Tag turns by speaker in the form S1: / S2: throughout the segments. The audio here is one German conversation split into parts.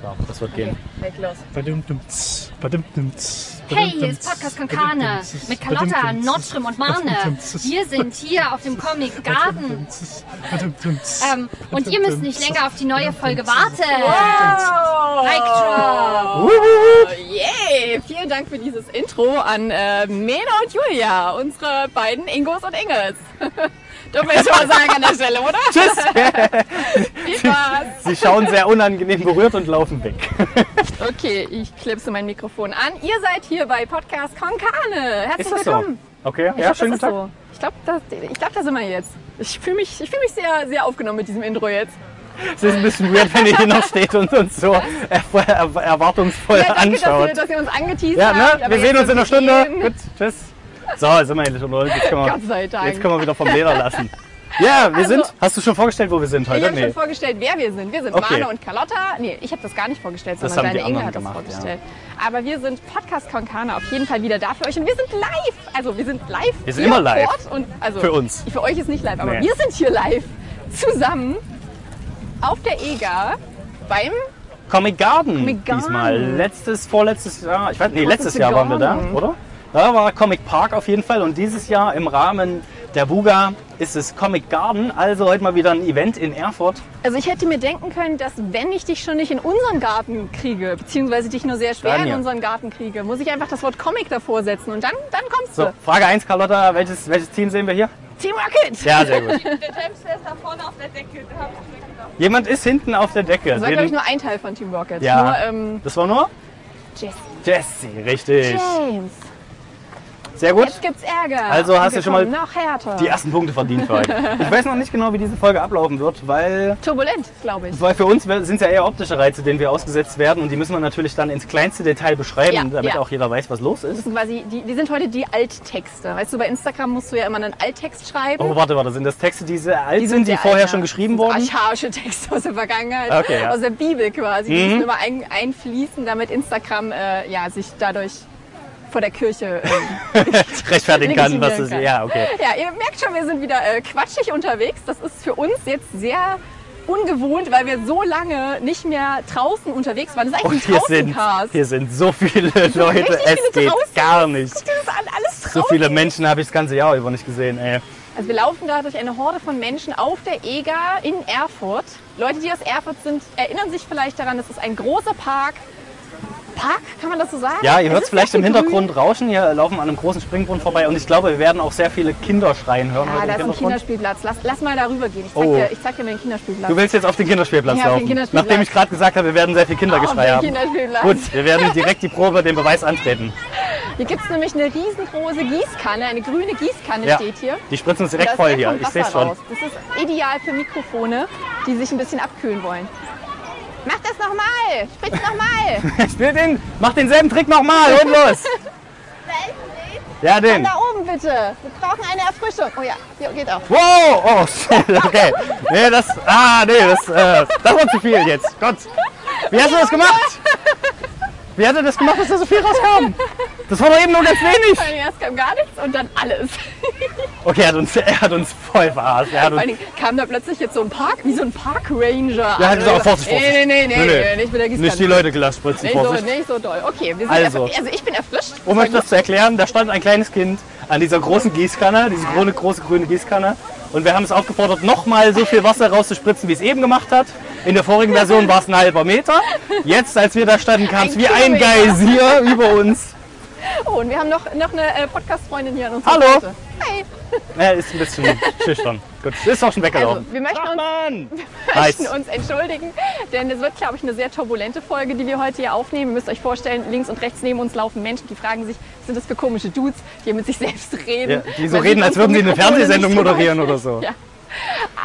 S1: So, das wird gehen.
S2: Leg los.
S3: Badum-dumts, badum-dumts,
S2: Hey, hier ist
S3: badum-dumts,
S2: Podcast Konkane
S3: badum-dumts,
S2: mit Carlotta,
S3: badum-dumts,
S2: Nordström und Marne.
S3: badum-dumts,
S2: Wir sind hier auf dem Comic Garden.
S3: badum-dumts, badum-dumts,
S2: Ähm, und ihr müsst nicht länger auf die neue Folge warten.
S4: Oh,
S2: Mic drop.
S4: yay! Vielen Dank für dieses Intro an äh, Mena und Julia, unsere beiden Ingos und Inges. Dürfen wir schon mal sagen an der Stelle, oder?
S1: Tschüss!
S4: Viel Spaß!
S1: Sie schauen sehr unangenehm berührt und laufen weg.
S4: Okay, ich klipse mein Mikrofon an. Ihr seid hier bei Podcast Konkane. Herzlich
S1: Ist das so?
S4: willkommen.
S1: Okay,
S4: Ich
S1: ja,
S4: glaub,
S1: schönen
S4: das
S1: guten Tag.
S4: ist So. Ich glaube, da ich glaub, da sind wir jetzt. Ich fühle mich, ich fühl mich sehr, sehr aufgenommen mit diesem Intro jetzt.
S1: Es ist ein bisschen weird, wenn ihr hier noch steht und uns so er- er- erwartungsvoll
S4: Ja, danke, dass ihr,
S1: anschaut.
S4: dass ihr uns angeteased
S1: Ja,
S4: habt.
S1: ne?
S4: aber
S1: Wir sehen uns
S4: jetzt
S1: in einer
S4: müssen wir
S1: Stunde. Genau.
S4: gehen.
S1: Gut, tschüss. So, sind wir endlich schon Leute. Jetzt können wir,
S4: Gott sei Dank.
S1: Jetzt können wir wieder vom Leder lassen. Ja, wir
S4: Also-
S1: sind. Hast du schon vorgestellt, wo wir sind
S4: Ich
S1: heute?
S4: habe schon vorgestellt, wer wir sind. Wir sind
S1: Okay.
S4: Marne und Carlotta. Nee, ich habe das gar nicht vorgestellt,
S1: Das
S4: sondern
S1: haben die
S4: deine Inge
S1: anderen
S4: hat das
S1: gemacht,
S4: vorgestellt. Aber wir sind Podcast Konkana auf jeden Fall wieder da für euch und wir sind live. Also wir sind live.
S1: Wir sind
S4: hier
S1: immer live.
S4: fort Und, also,
S1: Für uns.
S4: Für euch ist nicht live, aber
S1: Nee.
S4: wir sind hier live zusammen auf der EGA beim
S1: Comic Garden
S4: Comic Garden.
S1: diesmal. Letztes, vorletztes Jahr. Ich weiß nicht, letztes
S4: Comic
S1: Jahr waren wir da,
S4: Garden.
S1: oder? Da war Comic Park auf jeden Fall und dieses Jahr im Rahmen der Buga ist es Comic Garden, also heute mal wieder ein Event in Erfurt.
S4: Also ich hätte mir denken können, dass wenn ich dich schon nicht in unseren Garten kriege, beziehungsweise dich nur sehr schwer
S1: Dann ja.
S4: in unseren Garten kriege, muss ich einfach das Wort Comic davor setzen und dann, dann kommst
S1: So,
S4: du.
S1: Frage 1, Carlotta, welches, welches Team sehen wir hier?
S4: Team Rocket!
S1: Ja, sehr gut.
S5: Der Jamster ist da vorne auf der Decke. Da hab ich
S1: Jemand ist hinten auf der Decke.
S4: Das war,
S1: Wir-
S4: glaube ich, nur ein Teil von Team Rocket.
S1: ja,
S4: Nur, ähm,
S1: das war nur
S4: Jesse.
S1: Jesse, richtig.
S4: James.
S1: Sehr gut.
S4: Jetzt gibt's Ärger.
S1: Also hast
S4: Wir
S1: du schon mal
S4: kommen noch härter.
S1: Die ersten Punkte verdient für heute. Ich weiß noch nicht genau, wie diese Folge ablaufen wird, weil
S4: Turbulent, glaube ich.
S1: Weil für uns sind es ja eher optische Reize, denen wir ausgesetzt werden und die müssen wir natürlich dann ins kleinste Detail beschreiben,
S4: Ja,
S1: damit
S4: ja. Mhm.
S1: auch jeder weiß, was los ist.
S4: Das sind quasi die, die sind heute die Alttexte. Weißt du, bei Instagram musst du ja immer einen Alttext schreiben.
S1: Oh, warte, warte, sind das Texte, die sehr alt sind, die
S4: sehr
S1: vorher
S4: alt,
S1: schon
S4: ja. Ah,
S1: geschrieben
S4: Das sind
S1: wurden?
S4: Archaische Texte aus der Vergangenheit,
S1: Okay, ja.
S4: aus der Bibel quasi. Die
S1: Mhm.
S4: müssen immer ein, einfließen, damit Instagram äh, ja, sich dadurch vor der Kirche. Äh,
S1: Rechtfertigen kann,
S4: legitimieren
S1: was ist.
S4: kann.
S1: Ja, okay.
S4: ja, ihr merkt schon, wir sind wieder äh, quatschig unterwegs. Das ist für uns jetzt sehr ungewohnt, weil wir so lange nicht mehr draußen unterwegs waren. Das ist
S1: Und
S4: eigentlich
S1: hier
S4: ein
S1: sind,
S4: Draußen-Cast.
S1: hier sind so viele Leute,
S4: richtig
S1: es
S4: viele
S1: geht
S4: draußen.
S1: gar nicht.
S4: Guck dir das an, alles draußen.
S1: So viele Menschen habe ich das ganze Jahr über nicht gesehen, ey.
S4: Also wir laufen da durch eine Horde von Menschen auf der EGA in Erfurt. Leute, die aus Erfurt sind, erinnern sich vielleicht daran, es ist ein großer Park. Park, kann man das so sagen?
S1: Ja, ihr hört
S4: Es
S1: es
S4: ist
S1: vielleicht
S4: sehr
S1: im
S4: viel
S1: Hintergrund rauschen. Hier laufen an einem großen Springbrunnen vorbei und ich glaube, wir werden auch sehr viele Kinder schreien hören. heute im
S4: Grün. Ja, Ah, da ist ein
S1: Hintergrund.
S4: Kinderspielplatz. Lass, lass mal darüber gehen. Ich zeig,
S1: Oh.
S4: dir, ich zeig dir den Kinderspielplatz.
S1: Du willst jetzt auf den Kinderspielplatz
S4: Ja, auf den
S1: laufen.
S4: Kinderspielplatz.
S1: Nachdem ich gerade gesagt habe, wir werden sehr viel
S4: Auf
S1: Kindergeschrei
S4: den
S1: haben.
S4: Oh, Kinderspielplatz.
S1: Gut, wir werden direkt die Probe, den Beweis antreten.
S4: Hier gibt es nämlich eine riesengroße Gießkanne, eine grüne Gießkanne steht hier.
S1: Die spritzen uns
S4: Da
S1: direkt
S4: ist
S1: voll
S4: sehr
S1: hier.
S4: viel
S1: Ich sehe
S4: Wasser
S1: schon.
S4: raus. Das ist ideal für Mikrofone, die sich ein bisschen abkühlen wollen. Mach das nochmal! Spritz nochmal!
S1: Spiel den, mach denselben Trick nochmal und los. Ja, den.
S4: da oben bitte! Wir brauchen eine Erfrischung. Oh ja, hier geht auch.
S1: Wow! Oh, shit, okay. Nee, das. Ah, nee, das, äh, das war zu viel jetzt. Gott. Wie hast du das gemacht? Wie hat er das gemacht, dass da so viel rauskam? Das war doch eben nur ganz wenig.
S4: Erst kam gar nichts und dann alles.
S1: Okay, er hat uns, er hat uns voll verarscht. Er hat
S4: Vor
S1: uns,
S4: allen Dingen kam da plötzlich jetzt so ein Park, wie so ein Parkranger. Also,
S1: er hat gesagt, oh, Vorsicht, Vorsicht.
S4: Nee, nee, nee, nee, nee, nicht mit der Gießkanne.
S1: Nicht die Leute gelassen spritzen,
S4: Nicht so,
S1: Vorsicht.
S4: nicht so doll. Okay, wir sind
S1: Also.
S4: erfrischt. also ich bin erfrischt.
S1: Um euch das zu erklären, da stand ein kleines Kind an dieser großen Gießkanne, diese große, große grüne Gießkanne. Und wir haben es aufgefordert, nochmal so viel Wasser rauszuspritzen, wie es eben gemacht hat. In der vorigen Version war es ein halber Meter. Jetzt, als wir da standen, kam es
S4: Ein
S1: wie ein
S4: Kilometer.
S1: Geysir über uns.
S4: Oh, und wir haben noch, noch eine äh, Podcast-Freundin hier an uns.
S1: Hallo.
S4: Seite. Hi.
S1: Er ist ein bisschen schüchtern. Gut, ist auch schon weggelaufen.
S4: Also, wir möchten uns-
S1: Mann!
S4: möchten
S1: Nice.
S4: uns entschuldigen, denn es wird, glaube ich, eine sehr turbulente Folge, die wir heute hier aufnehmen. Ihr müsst euch vorstellen, links und rechts neben uns laufen Menschen, die fragen sich, sind das für komische Dudes, die mit sich selbst
S1: Ja,
S4: reden.
S1: die so
S4: Weil
S1: reden, als würden sie eine
S4: unsere Mikrofone
S1: Fernsehsendung
S4: nicht so weit-
S1: moderieren oder so.
S4: Ja.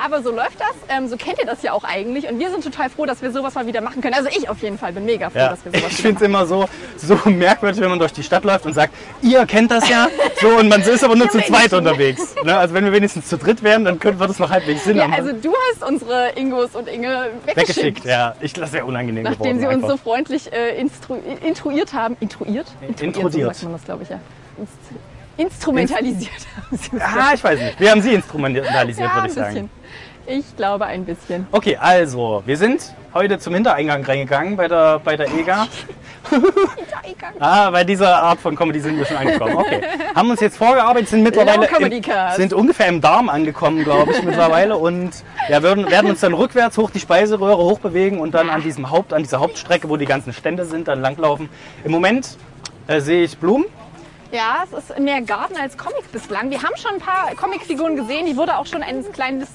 S4: Aber so läuft das, ähm, so kennt ihr das ja auch eigentlich. Und wir sind total froh, dass wir sowas mal wieder machen können. Also ich auf jeden Fall bin mega froh,
S1: Ja.
S4: dass wir sowas
S1: Ich
S4: wieder
S1: finde es immer so, so merkwürdig, wenn man durch die Stadt läuft und sagt, ihr kennt das ja, so und man ist aber nur zu zweit unterwegs. Ne? Also wenn wir wenigstens zu dritt wären, dann könnte wir das noch halbwegs Sinn
S4: machen.
S1: haben.
S4: Ja, also du hast unsere Ingos und Inge weggeschickt.
S1: Genau. Weggeschickt, ja. Ich lasse sehr unangenehm geworden.
S4: Nachdem sie uns so
S1: einfach.
S4: freundlich äh, instru intruiert haben. Intruiert?
S1: Intrudiert.
S4: So sagt man das, glaube ich, ja. Inst- Instrumentalisiert haben sie uns.
S1: ah, ich weiß nicht. Wir haben sie instrumentalisiert,
S4: Ja,
S1: würde
S4: ein
S1: ich sagen.
S4: bisschen. Ich glaube ein bisschen.
S1: Okay, also, wir sind heute zum Hintereingang reingegangen bei der, bei der EGA.
S4: Eingang.
S1: Ah, bei dieser Art von Comedy sind wir schon angekommen. Okay. Haben uns jetzt vorgearbeitet, sind mittlerweile
S4: Low Comedy
S1: im,
S4: Cast.
S1: sind ungefähr im Darm angekommen, glaube ich, mittlerweile. Und ja, werden, werden uns dann rückwärts hoch die Speiseröhre hochbewegen und dann an diesem Haupt, an dieser Hauptstrecke, wo die ganzen Stände sind, dann langlaufen. Im Moment äh, sehe ich Blumen.
S4: Ja, es ist mehr Garten als Comic bislang. Wir haben schon ein paar Comicfiguren gesehen. Die wurde auch schon eines kleines,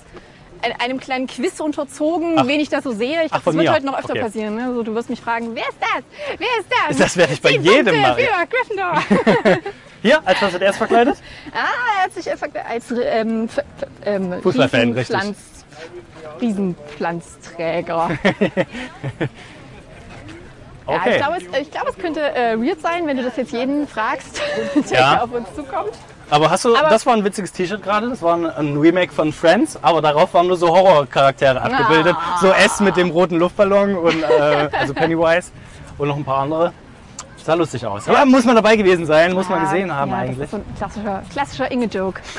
S4: ein- einem kleinen Quiz unterzogen, wen ich da so sehe. Ich
S1: Ach,
S4: glaube,
S1: von
S4: das wird
S1: mir.
S4: heute noch öfter
S1: Okay.
S4: passieren. Ne? So, du wirst mich fragen, wer ist das? Wer ist das?
S1: Das werde ich bei
S4: Zehn
S1: jedem
S4: Punkte
S1: machen.
S4: Für Gryffindor.
S1: Hier, als was wird erst verkleidet?
S4: ah, er hat sich einfach als ähm, F- F- ähm,
S1: Fußballfan, richtig.
S4: Riesenpflanz- Riesenpflanzträger. Ja, ich
S1: Okay.
S4: glaube, es, ich glaube, es könnte äh, weird sein, wenn du das jetzt jeden fragst, der
S1: Ja.
S4: hier auf uns zukommt.
S1: Aber hast du,
S4: Aber-
S1: das war ein witziges T-Shirt gerade, das war ein, ein Remake von Friends, aber darauf waren nur so Horrorcharaktere abgebildet.
S4: Ah.
S1: So S mit dem roten Luftballon und äh, also Pennywise und noch ein paar andere. Sah lustig aus. Aber muss man dabei gewesen sein, muss man gesehen haben
S4: ja,
S1: eigentlich.
S4: Das ist so ein klassischer, klassischer Inge-Joke.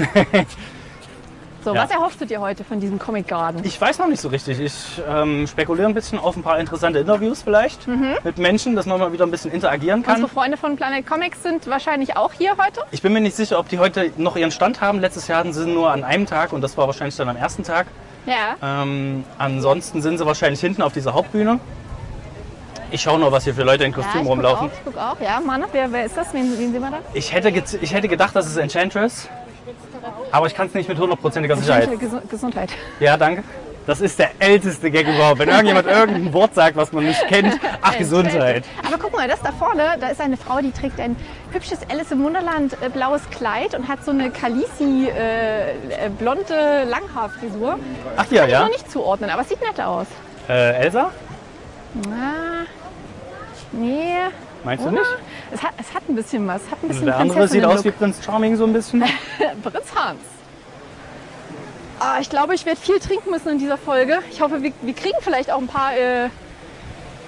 S4: so,
S1: Ja.
S4: was erhoffst du dir heute von diesem Comic Garden?
S1: Ich weiß noch nicht so richtig. Ich ähm, spekuliere ein bisschen auf ein paar interessante Interviews vielleicht
S4: Mhm.
S1: mit Menschen, dass man mal wieder ein bisschen interagieren kann.
S4: Unsere Freunde von Planet Comics sind wahrscheinlich auch hier heute.
S1: Ich bin mir nicht sicher, ob die heute noch ihren Stand haben. Letztes Jahr hatten sie nur an einem Tag und das war wahrscheinlich dann am ersten Tag.
S4: Ja.
S1: Ähm, ansonsten sind sie wahrscheinlich hinten auf dieser Hauptbühne. Ich schaue nur, was hier für Leute in
S4: ja
S1: Kostüm
S4: ich guck
S1: rumlaufen.
S4: Auch, ich guck auch, ja. Mann, wer, wer ist das? Wen, wen sehen wir da?
S1: Ich hätte, gez- ich hätte gedacht, das ist Enchantress, aber ich kann es nicht mit hundertprozentiger Sicherheit.
S4: Gesu- Gesundheit.
S1: Ja, danke. Das ist der älteste Gag überhaupt. Wenn irgendjemand irgendein Wort sagt, was man nicht kennt, ach, Gesundheit.
S4: Aber guck mal, das da vorne, da ist eine Frau, die trägt ein hübsches Alice im Wunderland äh, blaues Kleid und hat so eine Kalisi äh, äh, blonde Langhaarfrisur.
S1: Ach ja, ja.
S4: Noch nicht zuordnen, aber es sieht nett aus.
S1: Äh, Elsa?
S4: Na, nee.
S1: Meinst du nicht?
S4: Ah. Es hat, es hat ein bisschen was. Es hat ein bisschen
S1: Der andere sieht aus wie
S4: Prinzessinnen-Look.
S1: Prinz Charming so ein bisschen.
S4: Prinz Hans. Ah, ich glaube, ich werde viel trinken müssen in dieser Folge. Ich hoffe, wir, wir kriegen vielleicht auch ein paar äh,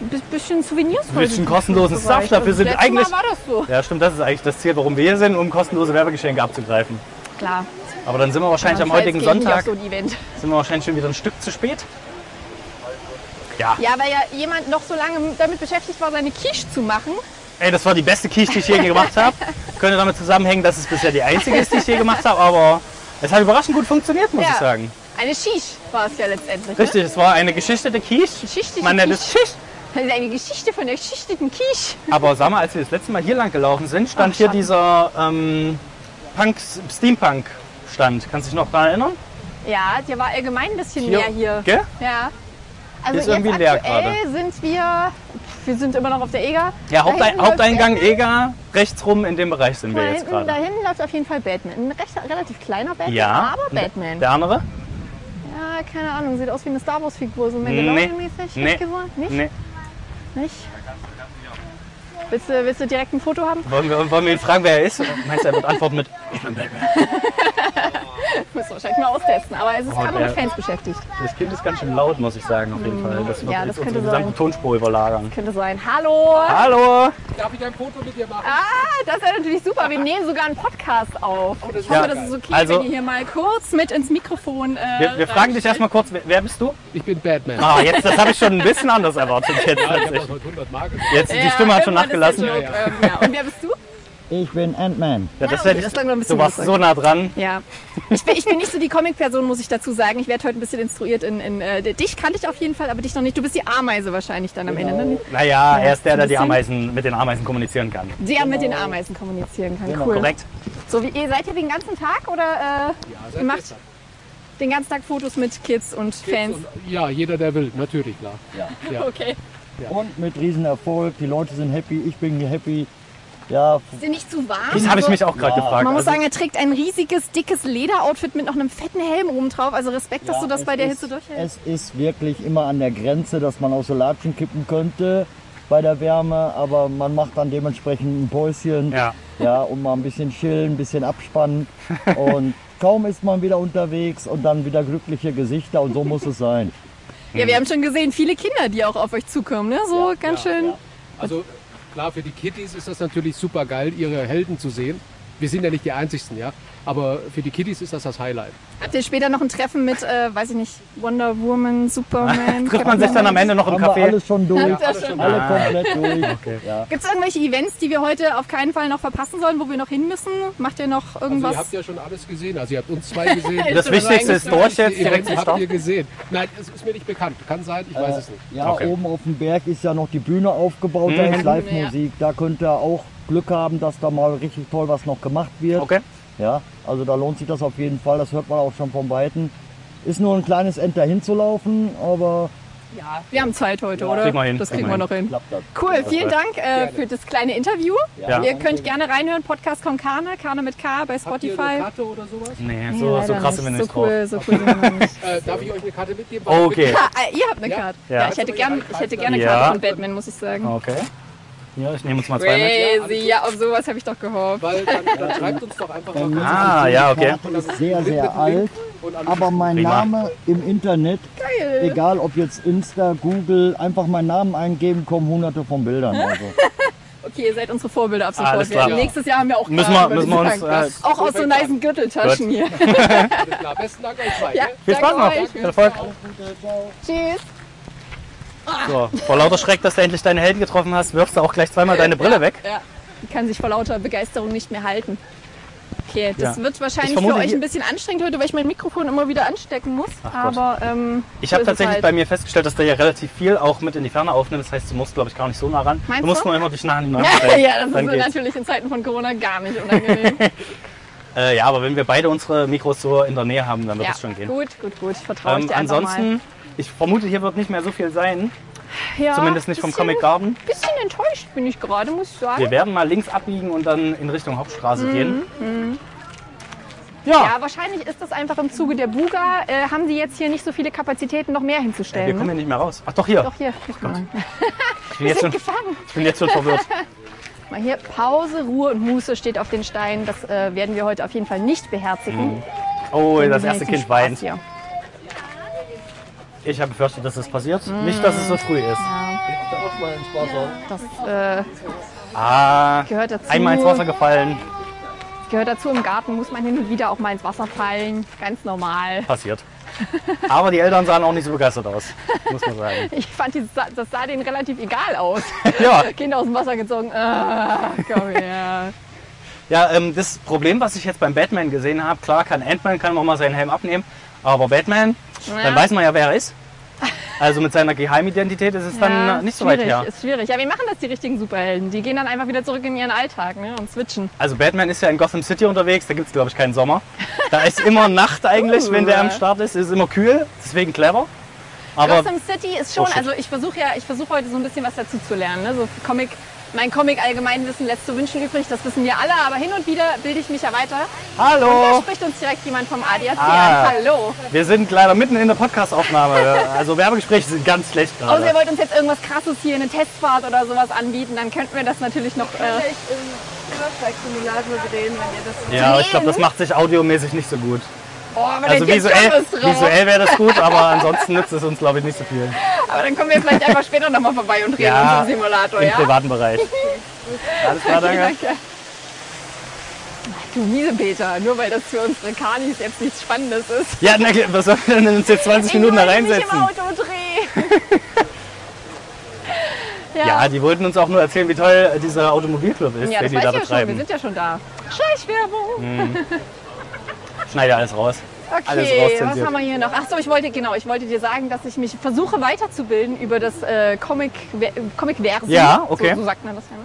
S4: bi- bisschen Souvenirs.
S1: Ein bisschen kostenlosen Stuff. Dafür sind eigentlich.
S4: Mal war das so.
S1: Ja, stimmt, das ist eigentlich das Ziel, warum wir hier sind, um kostenlose Werbegeschenke abzugreifen.
S4: Klar.
S1: Aber dann sind wir wahrscheinlich am
S4: Sonst
S1: heutigen
S4: gehe ich nicht auf
S1: Sonntag.
S4: So ein Event.
S1: sind wir wahrscheinlich schon wieder ein Stück zu spät. Ja,
S4: Ja, weil ja jemand noch so lange damit beschäftigt war, seine Quiche zu machen.
S1: ey, das war die beste Quiche, die ich je gemacht habe. Könnte damit zusammenhängen, dass es bisher die einzige ist, die ich je gemacht habe, aber es hat überraschend gut funktioniert, muss
S4: Ja.
S1: ich sagen.
S4: Eine Quiche war es ja letztendlich.
S1: Richtig, es war eine geschichtete Quiche.
S4: Geschichtete
S1: Man nennt es
S4: Quiche.
S1: Schicht.
S4: Ne? Das ist eine Geschichte von der geschichteten Quiche.
S1: Aber sag mal, als wir das letzte Mal hier lang gelaufen sind, stand
S4: Ach,
S1: hier
S4: Schatten.
S1: dieser ähm, Punk, Steampunk-Stand. Kannst du dich noch daran erinnern?
S4: Ja, der war allgemein ein bisschen mehr hier.
S1: Gell?
S4: Ja. Also
S1: Hier ist irgendwie
S4: jetzt
S1: leer
S4: aktuell sind wir, wir sind immer noch auf der Eger.
S1: Ja,
S4: Da
S1: Hauptei
S4: hinten läuft
S1: Haupteingang EGA, rechts rum in dem Bereich sind
S4: Da
S1: wir jetzt
S4: hinten, da
S1: gerade.
S4: hinten läuft auf jeden Fall Batman. Ein recht, relativ kleiner Batman,
S1: Ja,
S4: aber
S1: und der-
S4: Batman.
S1: Der andere?
S4: Ja, keine Ahnung, sieht aus wie eine Star Wars-Figur, so
S1: Nee.
S4: Mandalorian-mäßig.
S1: Nee.
S4: geworden? Nicht?
S1: Nee.
S4: Nicht? Willst du, willst du direkt ein Foto haben?
S1: Wollen wir, wollen wir ihn fragen, wer er ist? Meinst du, er wird antworten mit Ich bin Batman.
S4: Müssen wir wahrscheinlich mal austesten, aber es ist
S1: Oh,
S4: haben andere
S1: der-
S4: Fans beschäftigt.
S1: Das Kind ist ganz schön laut, muss ich sagen, auf jeden Fall. Das wird
S4: Mhm. Ja,
S1: jetzt
S4: das könnte
S1: unsere gesamte
S4: sein.
S1: Tonspur überlagern.
S4: Könnte sein. Hallo!
S1: Ah. Hallo!
S6: Darf ich ein Foto mit dir machen?
S4: Ah, das wäre natürlich super. Wir nehmen sogar einen Podcast auf. ich hoffe,
S1: ja
S4: das
S1: geil.
S4: ist okay,
S1: Also-
S4: wenn ihr hier mal kurz mit ins Mikrofon. Äh,
S1: Wir, wir fragen dich erstmal kurz, wer- wer bist du?
S6: Ich bin Batman.
S1: Ah, jetzt, das habe ich schon ein bisschen anders erwartet. Jetzt,
S6: Ich habe
S1: tatsächlich.
S6: das heute 100 Mal gesagt.
S1: jetzt die Stimme hat schon nachgelassen.
S4: Ja, ja. Ähm, ja. Und wer bist du?
S7: Ich bin Ant-Man.
S1: Ja, das
S4: okay,
S1: hätte
S4: das
S1: ich,
S4: klang noch ein bisschen
S1: du warst
S4: besser.
S1: so nah dran.
S4: Ja. Ich bin, ich bin nicht so die Comic-Person, muss ich dazu sagen. Ich werde heute ein bisschen instruiert in. in äh, dich kannte ich auf jeden Fall, aber dich noch nicht. Du bist die Ameise wahrscheinlich dann am
S1: Genau.
S4: Ende. Ne?
S1: Naja, er ist der, der die
S4: bisschen.
S1: Ameisen, mit den Ameisen kommunizieren kann.
S4: Der mit den Ameisen kommunizieren kann. Cool.
S1: Genau. Korrekt?
S4: So, wie, ihr seid hier den ganzen Tag oder äh, ihr macht
S6: gestern.
S4: den ganzen Tag Fotos mit Kids und Fans?
S6: Und, ja, jeder, der will, natürlich, klar.
S4: okay.
S7: Und mit Riesenerfolg. Die Leute sind happy. Ich bin happy. Ja,
S4: Ist dir nicht zu warm?
S1: Das habe ich mich auch gerade gefragt.
S4: Man muss
S1: Also,
S4: sagen, er trägt ein riesiges, dickes Lederoutfit mit noch einem fetten Helm oben drauf. Also Respekt, dass du das
S7: es
S4: bei der
S7: ist,
S4: Hitze durchhältst.
S7: Es ist wirklich immer an der Grenze, dass man aus Solatschen kippen könnte bei der Wärme, aber man macht dann dementsprechend ein Päuschen,
S1: Ja.
S7: ja, um mal ein bisschen chillen, ein bisschen abspannen und kaum ist man wieder unterwegs und dann wieder glückliche Gesichter und so muss es sein.
S4: Ja, wir haben schon gesehen, viele Kinder, die auch auf euch zukommen. Ne? So ganz schön.
S6: Also klar, für die Kitties ist das natürlich super geil, ihre Helden zu sehen. wir sind ja nicht die Einzigsten, ja. Aber für die Kiddies ist das das Highlight.
S4: Habt ihr später noch ein Treffen mit, äh, weiß ich nicht, Wonder Woman, Superman?
S1: Trifft man sich dann am Ende noch im
S7: Haben wir
S1: Café?
S7: alles schon durch.
S6: alles schon Also,
S7: Alle komplett durch. Ja.
S4: Gibt es irgendwelche Events, die wir heute auf keinen Fall noch verpassen sollen, wo wir noch hin müssen? Macht ihr noch
S6: Also
S4: irgendwas?
S6: ihr habt ja schon alles gesehen. Also ihr habt uns zwei gesehen.
S1: Das Wichtigste ist durch jetzt,
S6: Die
S1: direkt
S6: Events
S1: im
S6: habt
S1: Stoff.
S6: ihr gesehen. Nein, es ist mir nicht bekannt. Kann sein, ich
S1: Äh,
S6: weiß es nicht.
S7: Ja,
S1: Okay. Mhm.
S7: oben auf dem Berg ist ja noch die Bühne aufgebaut, da ist Live-Musik. Da könnt ihr auch Glück haben, dass da mal richtig toll was noch gemacht wird.
S1: Okay.
S7: Ja, also da lohnt sich das auf jeden Fall, das hört man auch schon vom Weiten. Ist nur ein kleines End dahin zu laufen, aber
S4: ja, wir haben Zeit heute, oder?
S1: Kriegen wir hin,
S4: Das
S1: kriegen
S4: kriegen wir
S1: wir
S4: noch hin.
S7: klappt das.
S4: Cool, vielen Dank äh, für das kleine Interview.
S1: Ja.
S4: Ihr könnt gerne reinhören, Podcast von Kane, Kane mit K bei
S6: Habt ihr eine
S4: Spotify.
S6: Karte oder sowas?
S1: Nee,
S4: Nee,
S1: Oh, so, so
S4: leider
S1: krass sind wir nicht
S4: so
S1: drauf.
S4: cool, so cool sind wir noch nicht.
S6: Äh, darf ich euch eine Karte mitgeben?
S1: Okay.
S4: Ah, äh, ihr habt eine
S6: Ja.
S4: Karte. Ja,
S1: Ja.
S4: ich hätte gerne ich hätte gerne eine
S1: Ja.
S4: Karte von Batman, muss ich sagen.
S1: Okay. Ja, ich nehme uns mal zwei mit.
S4: Crazy, ja, auf sowas habe ich doch gehofft.
S6: Weil dann, dann schreibt uns doch einfach mal. kurz
S1: Ah, ja,
S7: Die
S1: okay.
S7: Karte ist sehr, sehr alt,
S6: und alles
S7: aber mein
S1: Prima.
S7: Name im Internet, egal ob jetzt Insta, Google, einfach meinen Namen eingeben, kommen hunderte von Bildern. Also.
S4: Okay, ihr seid unsere Vorbilder ab sofort.
S1: Alles klar.
S4: Wir- Nächstes Jahr haben wir auch
S1: Müssen
S4: Karten,
S1: wir- müssen
S4: würde
S1: wir uns,
S4: ich sagen.
S1: äh,
S4: Auch aus so niceen Gürteltaschen hier.
S6: alles klar. Besten Dank euch zwei.
S4: Ja,
S6: ne?
S1: Viel Spaß
S4: danke
S1: noch.
S4: euch.
S1: Viel Erfolg.
S4: Tschüss.
S1: So, vor lauter Schreck, dass du endlich deine Helden getroffen hast, wirfst du auch gleich zweimal deine Brille weg.
S4: Ja. Die kann sich vor lauter Begeisterung nicht mehr halten. Okay, das
S1: Ja.
S4: wird
S1: Ich
S4: wahrscheinlich für
S1: vermute,
S4: euch
S1: hier-
S4: ein bisschen anstrengend heute, weil ich mein Mikrofon immer wieder anstecken muss.
S1: Gott.
S4: Aber ähm,
S1: Ich
S4: so
S1: habe
S4: ist es
S1: tatsächlich
S4: halt.
S1: bei mir festgestellt, dass der ja relativ viel auch mit in die Ferne aufnimmt. Das heißt, du musst, glaube ich, gar nicht so nah ran.
S4: Meinst
S1: du musst
S4: du?
S1: nur immer dich nah an ihn
S4: ja, das ist
S1: Dann geht's.
S4: natürlich in Zeiten von Corona gar nicht unangenehm.
S1: Äh, ja, aber wenn wir beide unsere Mikros so in der Nähe haben, dann wird
S4: ja,
S1: es schon gehen.
S4: gut, gut, gut. Ich vertraue
S1: Ähm,
S4: dir einfach
S1: ansonsten, ich vermute, hier wird nicht mehr so viel sein.
S4: mal. Ja,
S1: zumindest nicht vom
S4: bisschen- Ah.
S1: Comic Garden.
S4: bisschen enttäuscht bin ich gerade, muss ich sagen.
S1: Wir werden mal links abbiegen und dann in Richtung Hauptstraße gehen.
S4: Mhm,
S1: Ja,
S4: Ja, wahrscheinlich ist das einfach im Zuge der Buga, äh, haben sie jetzt hier nicht so viele Kapazitäten, noch mehr
S1: wir
S4: hinzustellen.
S1: kommen
S4: ne?
S1: hier nicht mehr raus. Ach doch, hier.
S4: Doch hier, guck mal.
S1: ich, bin jetzt schon,
S4: Gefangen.
S1: ich bin jetzt schon verwirrt.
S4: Mal hier, Pause, Ruhe und Muße steht auf den Steinen. Das äh, werden wir heute auf jeden Fall nicht beherzigen.
S1: Oh, das
S4: Wir haben
S1: erste
S4: jetzt einen
S1: Kind
S4: Spaß
S1: weint.
S4: hier.
S1: Ich habe befürchtet, dass das passiert.
S4: Mm.
S1: Nicht, dass es so früh ist.
S4: Das äh,
S1: Ah,
S4: gehört dazu.
S1: einmal ins Wasser gefallen.
S4: Gehört dazu, im Garten muss man hin und wieder auch mal ins Wasser fallen. Ganz normal.
S1: Passiert. Aber die Eltern sahen auch nicht so begeistert aus, muss man sagen.
S4: Ich fand, die, sa- das sah denen relativ egal aus.
S1: Ja,
S4: Kinder aus dem Wasser gezogen. Ah, komm her.
S1: ja ähm, das Problem, was ich jetzt beim Batman gesehen habe, klar kann Ant-Man kann auch mal seinen Helm abnehmen, aber Batman, dann weiß man ja, wer er ist. Also mit seiner Geheimidentität ist es
S4: Ja,
S1: dann äh, nicht so weit
S4: schwierig,
S1: her.
S4: Ist schwierig. Ja, wie machen das die richtigen Superhelden? Die gehen dann einfach wieder zurück in ihren Alltag ne, und switchen.
S1: Also Batman ist ja in Gotham City unterwegs, da gibt es glaube ich keinen Sommer. Da ist immer Nacht eigentlich, wenn der am Start ist, ist immer kühl, deswegen clever. Aber
S4: Gotham City ist schon,
S1: Oh, shit.
S4: also ich versuche ja, ich versuche heute so ein bisschen was dazu zu lernen. Ne? So Comic, mein Comic Allgemeinwissen lässt zu wünschen übrig, das wissen wir alle, aber hin und wieder bilde ich mich ja weiter. Da
S1: hallo,
S4: spricht uns direkt jemand vom ADAC
S1: Ah.
S4: an. Hallo.
S1: wir sind leider mitten in der Podcast-Aufnahme. Also Werbegespräche sind ganz schlecht
S4: Außer ihr
S1: gerade.
S4: wollt uns jetzt irgendwas krasses hier, eine Testfahrt oder sowas anbieten, dann könnten wir das natürlich noch. Äh,
S5: Vielleicht im Übersteigsimulator drehen, wenn ihr das
S1: Ja, ich glaube, das macht sich audiomäßig nicht so gut.
S4: oh, aber
S1: Also
S4: der
S1: visuell,
S4: Jack Jones drauf.
S1: visuell wäre das gut, aber ansonsten nützt es uns, glaube ich, nicht so viel.
S4: Aber dann kommen wir vielleicht einfach später nochmal vorbei und reden
S1: Ja,
S4: uns im Simulator,
S1: Im
S4: ja?
S1: privaten Bereich. Alles klar, danke.
S4: Danke. Du miese Peter, nur weil das für unsere Kanis jetzt nichts Spannendes ist.
S1: Ja, na, was sollen wir denn uns jetzt 20 Minuten da
S4: wollte mich
S1: reinsetzen?
S4: im Auto drehen.
S1: Ja, die wollten uns auch nur erzählen, wie toll dieser Automobilclub ist,
S4: Ja,
S1: den
S4: das
S1: die da
S4: weiß ich ja schon. Wir
S1: betreiben.
S4: sind ja schon da. Schleichwerbung.
S1: Schneide alles raus. alles
S4: Okay, was
S1: rauszensiert.
S4: haben wir hier noch? Ach so, ich wollte genau, ich wollte dir sagen, dass ich mich versuche weiterzubilden über das äh, Comic Comic Versen.
S1: Ja, okay.
S4: So, so sagt man das ja. Ne?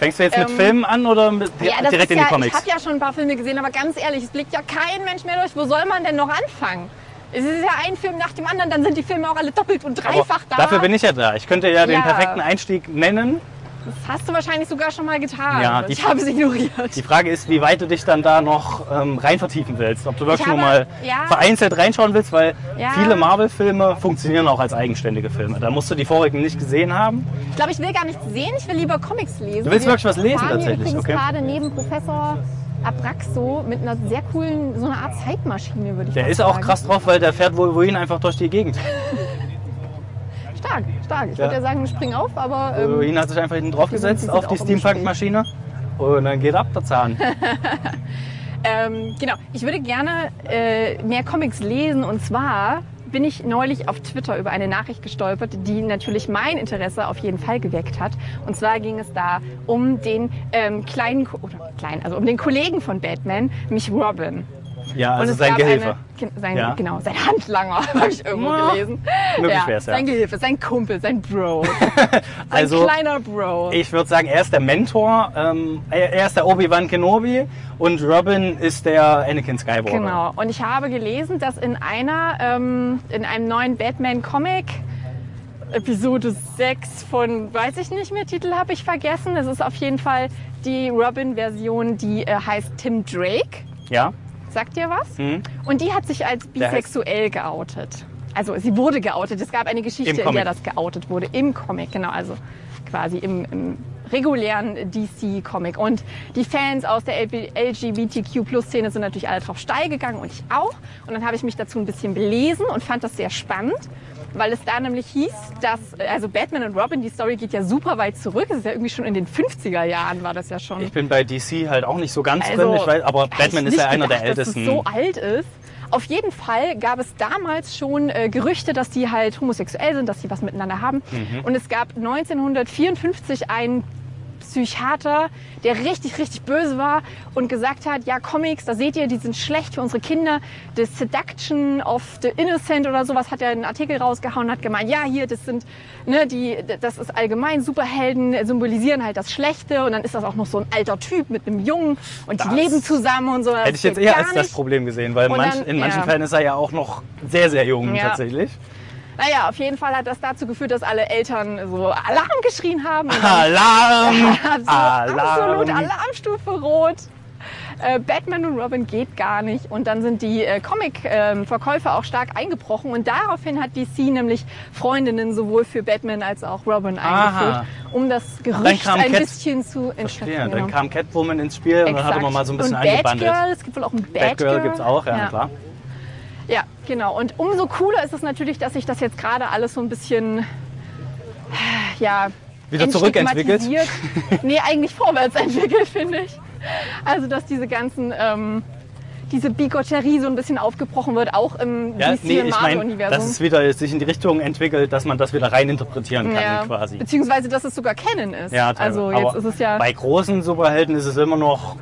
S1: Fängst du jetzt mit
S4: Ähm,
S1: Filmen an oder mit,
S4: Ja, das
S1: direkt
S4: ist
S1: in die
S4: ja,
S1: Comics?
S4: Ich habe ja schon ein paar Filme gesehen, aber ganz ehrlich, es blickt ja kein Mensch mehr durch. Wo soll man denn noch anfangen? Es ist ja ein Film nach dem anderen, dann sind die Filme auch alle doppelt und
S1: Aber
S4: dreifach da.
S1: Dafür bin ich ja da. Ich könnte ja, den
S4: Ja.
S1: perfekten Einstieg nennen.
S4: das hast du wahrscheinlich sogar schon mal getan.
S1: Ja, die-
S4: ich habe es ignoriert.
S1: Die Frage ist, wie weit du dich dann da noch ähm, rein vertiefen willst. Ob du wirklich
S4: Ich habe-
S1: nur mal
S4: ja.
S1: vereinzelt reinschauen willst, weil
S4: Ja.
S1: viele Marvel-Filme funktionieren auch als eigenständige Filme. Da musst du die vorigen nicht gesehen haben.
S4: Ich glaube, ich will gar nichts sehen, ich will lieber Comics lesen.
S1: Du willst
S4: Wir
S1: wirklich was lesen
S4: fahren
S1: tatsächlich,
S4: Hier übrigens
S1: okay.
S4: gerade neben Professor Abraxo mit einer sehr coolen, so einer Art Zeitmaschine, würde ich
S1: Der
S4: fast
S1: ist auch
S4: sagen. Ähm,
S1: krass drauf, weil der fährt wohl wohin einfach durch die Gegend.
S4: Stark, stark. Ich
S1: Ja.
S4: würde ja sagen, spring auf, aber.
S1: Wohin
S4: Ähm,
S1: hat sich einfach hinten drauf
S4: wir sind-
S1: gesetzt
S4: wir sind
S1: auf
S4: auch
S1: die
S4: im Gespräch.
S1: Steampunk-Maschine Und dann geht ab der Zahn.
S4: Ähm, genau, ich würde gerne äh, mehr Comics lesen und zwar bin ich neulich auf Twitter über eine Nachricht gestolpert, die natürlich mein Interesse auf jeden Fall geweckt hat. Und zwar ging es da um den ähm, kleinen, Ko- oder kleinen, also um den Kollegen von Batman, nämlich Robin.
S1: Ja, also
S4: es
S1: sein
S4: gab
S1: Gehilfe.
S4: Eine, Ge- sein,
S1: Ja.
S4: Genau, sein Handlanger, habe ich irgendwo gelesen.
S1: möglich wär's, ja.
S4: Sein Gehilfe, sein Kumpel, sein Bro. Sein
S1: Also,
S4: kleiner Bro.
S1: ich würde sagen, er ist der Mentor, ähm, er er ist der Obi-Wan Kenobi und Robin ist der Anakin Skywalker.
S4: Genau. Und ich habe gelesen, dass in einer, ähm, in einem neuen Batman-Comic, Episode 6 von, weiß ich nicht mehr, Titel habe ich vergessen. Es ist auf jeden Fall die Robin-Version, die äh, heißt Tim Drake.
S1: Ja,
S4: Sagt ihr was? Und die hat sich als
S1: Hm? Der heißt-
S4: bisexuell geoutet. Also sie wurde geoutet. Es gab eine
S1: Im
S4: Geschichte, in
S1: Comic.
S4: der das geoutet wurde. Im Comic, genau. Also quasi im, im regulären DC-Comic. Und die Fans aus der LGBTQ-Szene sind natürlich alle drauf steil gegangen und ich auch. Und dann habe ich mich dazu ein bisschen belesen und fand das sehr spannend. Weil es da nämlich hieß, dass, also Batman und Robin, die Story geht ja super weit zurück. Es ist ja irgendwie schon in den 50er Jahren war das ja schon.
S1: ich bin bei DC halt auch nicht so ganz drin, ich weiß, aber
S4: hätte
S1: Batman
S4: Also, ich
S1: ist ja
S4: nicht
S1: einer der
S4: gedacht,
S1: ältesten.
S4: Dass es so alt ist. Auf jeden Fall gab es damals schon äh, Gerüchte, dass die halt homosexuell sind, dass sie was miteinander haben.
S1: Mhm.
S4: Und es gab 1954 einen Psychiater, der richtig, richtig böse war und gesagt hat, ja, Comics, da seht ihr, die sind schlecht für unsere Kinder. The Seduction of the Innocent oder sowas hat er einen Artikel rausgehauen und hat gemeint, ja, hier, das sind, ne, die, das ist allgemein, Superhelden symbolisieren halt das Schlechte und dann ist das auch noch so ein alter Typ mit einem Jungen und
S1: Das
S4: die leben zusammen und so.
S1: Hätte ich jetzt eher als das Problem gesehen, weil
S4: Und
S1: manch,
S4: dann-
S1: in manchen
S4: ja.
S1: Fällen ist er ja auch noch sehr, sehr jung
S4: Ja.
S1: tatsächlich.
S4: Naja, auf jeden Fall hat das dazu geführt, dass alle Eltern so Alarm geschrien haben. Und dann-
S1: Alarm!
S4: Absolut, absolut Alarmstufe rot. Äh, Batman und Robin geht gar nicht. Und dann sind die äh, Comic-Verkäufe ähm, auch stark eingebrochen. Und daraufhin hat DC nämlich Freundinnen sowohl für Batman als auch Robin
S1: Aha.
S4: eingeführt, um das Gerücht
S1: kam
S4: ein
S1: Cat-
S4: bisschen zu entschärfen.
S1: Verstehe.
S4: genau.
S1: Dann kam Catwoman ins Spiel und dann
S4: Exakt.
S1: hatte man mal so ein bisschen
S4: und
S1: eingebandelt.
S4: Batgirl, es gibt wohl auch ein Batgirl.
S1: Batgirl gibt's auch, ja, klar.
S4: Ja, genau. Und umso cooler ist es natürlich, dass sich das jetzt gerade alles so ein bisschen, ja,
S1: Wieder zurückentwickelt?
S4: entstigmatisiert. nee, eigentlich vorwärts entwickelt, finde ich. Also, dass diese ganzen, ähm, diese Bigotterie so ein bisschen aufgebrochen wird, auch im
S1: Ja,
S4: DC
S1: nee,
S4: und
S1: ich meine, dass es
S4: Marvel-Universum.
S1: wieder sich in die Richtung entwickelt, dass man das wieder rein interpretieren kann quasi.
S4: Beziehungsweise, dass es sogar Canon ist.
S1: Ja, teilweise.
S4: also, jetzt
S1: Aber
S4: ist es ja.
S1: Bei großen Superhelden ist es immer noch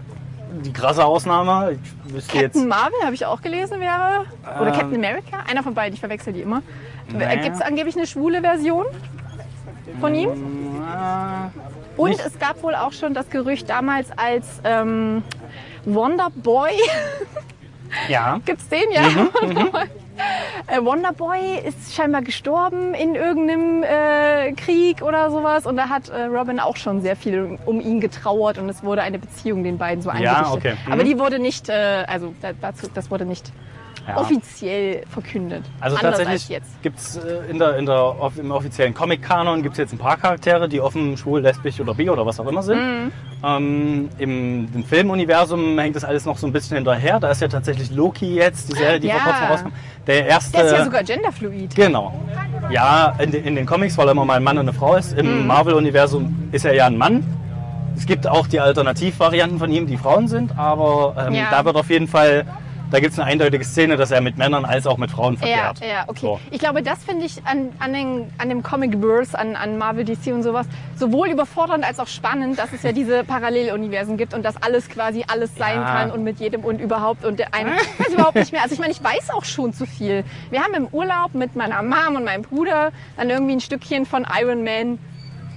S1: die krasse Ausnahme. Ich wüsste
S4: Captain
S1: jetzt.
S4: Marvel habe ich auch gelesen wäre. Oder
S1: Ähm.
S4: Captain America. Einer von beiden, ich verwechsel die immer.
S1: Naja. Äh,
S4: Gibt es angeblich eine schwule Version von ihm? Und es gab wohl auch schon das Gerücht damals als ähm, Wonder Boy.
S1: Ja.
S4: Gibt's den ja?
S1: Mhm,
S4: Äh, Wonderboy ist scheinbar gestorben in irgendeinem äh, Krieg oder sowas und da hat äh, Robin auch schon sehr viel um ihn getrauert und es wurde eine Beziehung den beiden so eingerichtet.
S1: okay. Mhm.
S4: Aber die wurde nicht, äh, also da, dazu, das wurde nicht
S1: ja.
S4: offiziell verkündet.
S1: Also
S4: Anders als
S1: tatsächlich
S4: jetzt.
S1: gibt es in der, in der, off- im offiziellen Comic-Kanon gibt's jetzt ein paar Charaktere, die offen schwul, lesbisch oder bi oder was auch immer sind.
S4: Mhm.
S1: Ähm, im, Im Filmuniversum hängt das alles noch so ein bisschen hinterher. Da ist ja tatsächlich Loki jetzt, die Serie, die
S4: Ja.
S1: vor kurzem rauskam. Der erste.
S4: Der ist ja sogar genderfluid.
S1: Genau. Ja, in, den- in den Comics, weil er immer mal ein Mann und eine Frau ist.
S4: Mhm.
S1: Im Marvel-Universum ist er ja ein Mann. Es gibt auch die Alternativvarianten von ihm, die Frauen sind, aber ähm,
S4: Ja.
S1: da wird auf jeden Fall, da gibt es eine eindeutige Szene, dass er mit Männern als auch mit Frauen
S4: Ja,
S1: verkehrt.
S4: ja, okay.
S1: So.
S4: Ich glaube, das finde ich an, an, den, an dem Comicverse, an, an Marvel, DC und sowas, sowohl überfordernd als auch spannend, dass es ja diese Paralleluniversen gibt und dass alles quasi alles sein
S1: Ja.
S4: kann und mit jedem und überhaupt und der eine weiß überhaupt nicht mehr. Also ich meine, ich weiß auch schon zu viel. Wir haben im Urlaub mit meiner Mom und meinem Bruder dann irgendwie ein Stückchen von Iron Man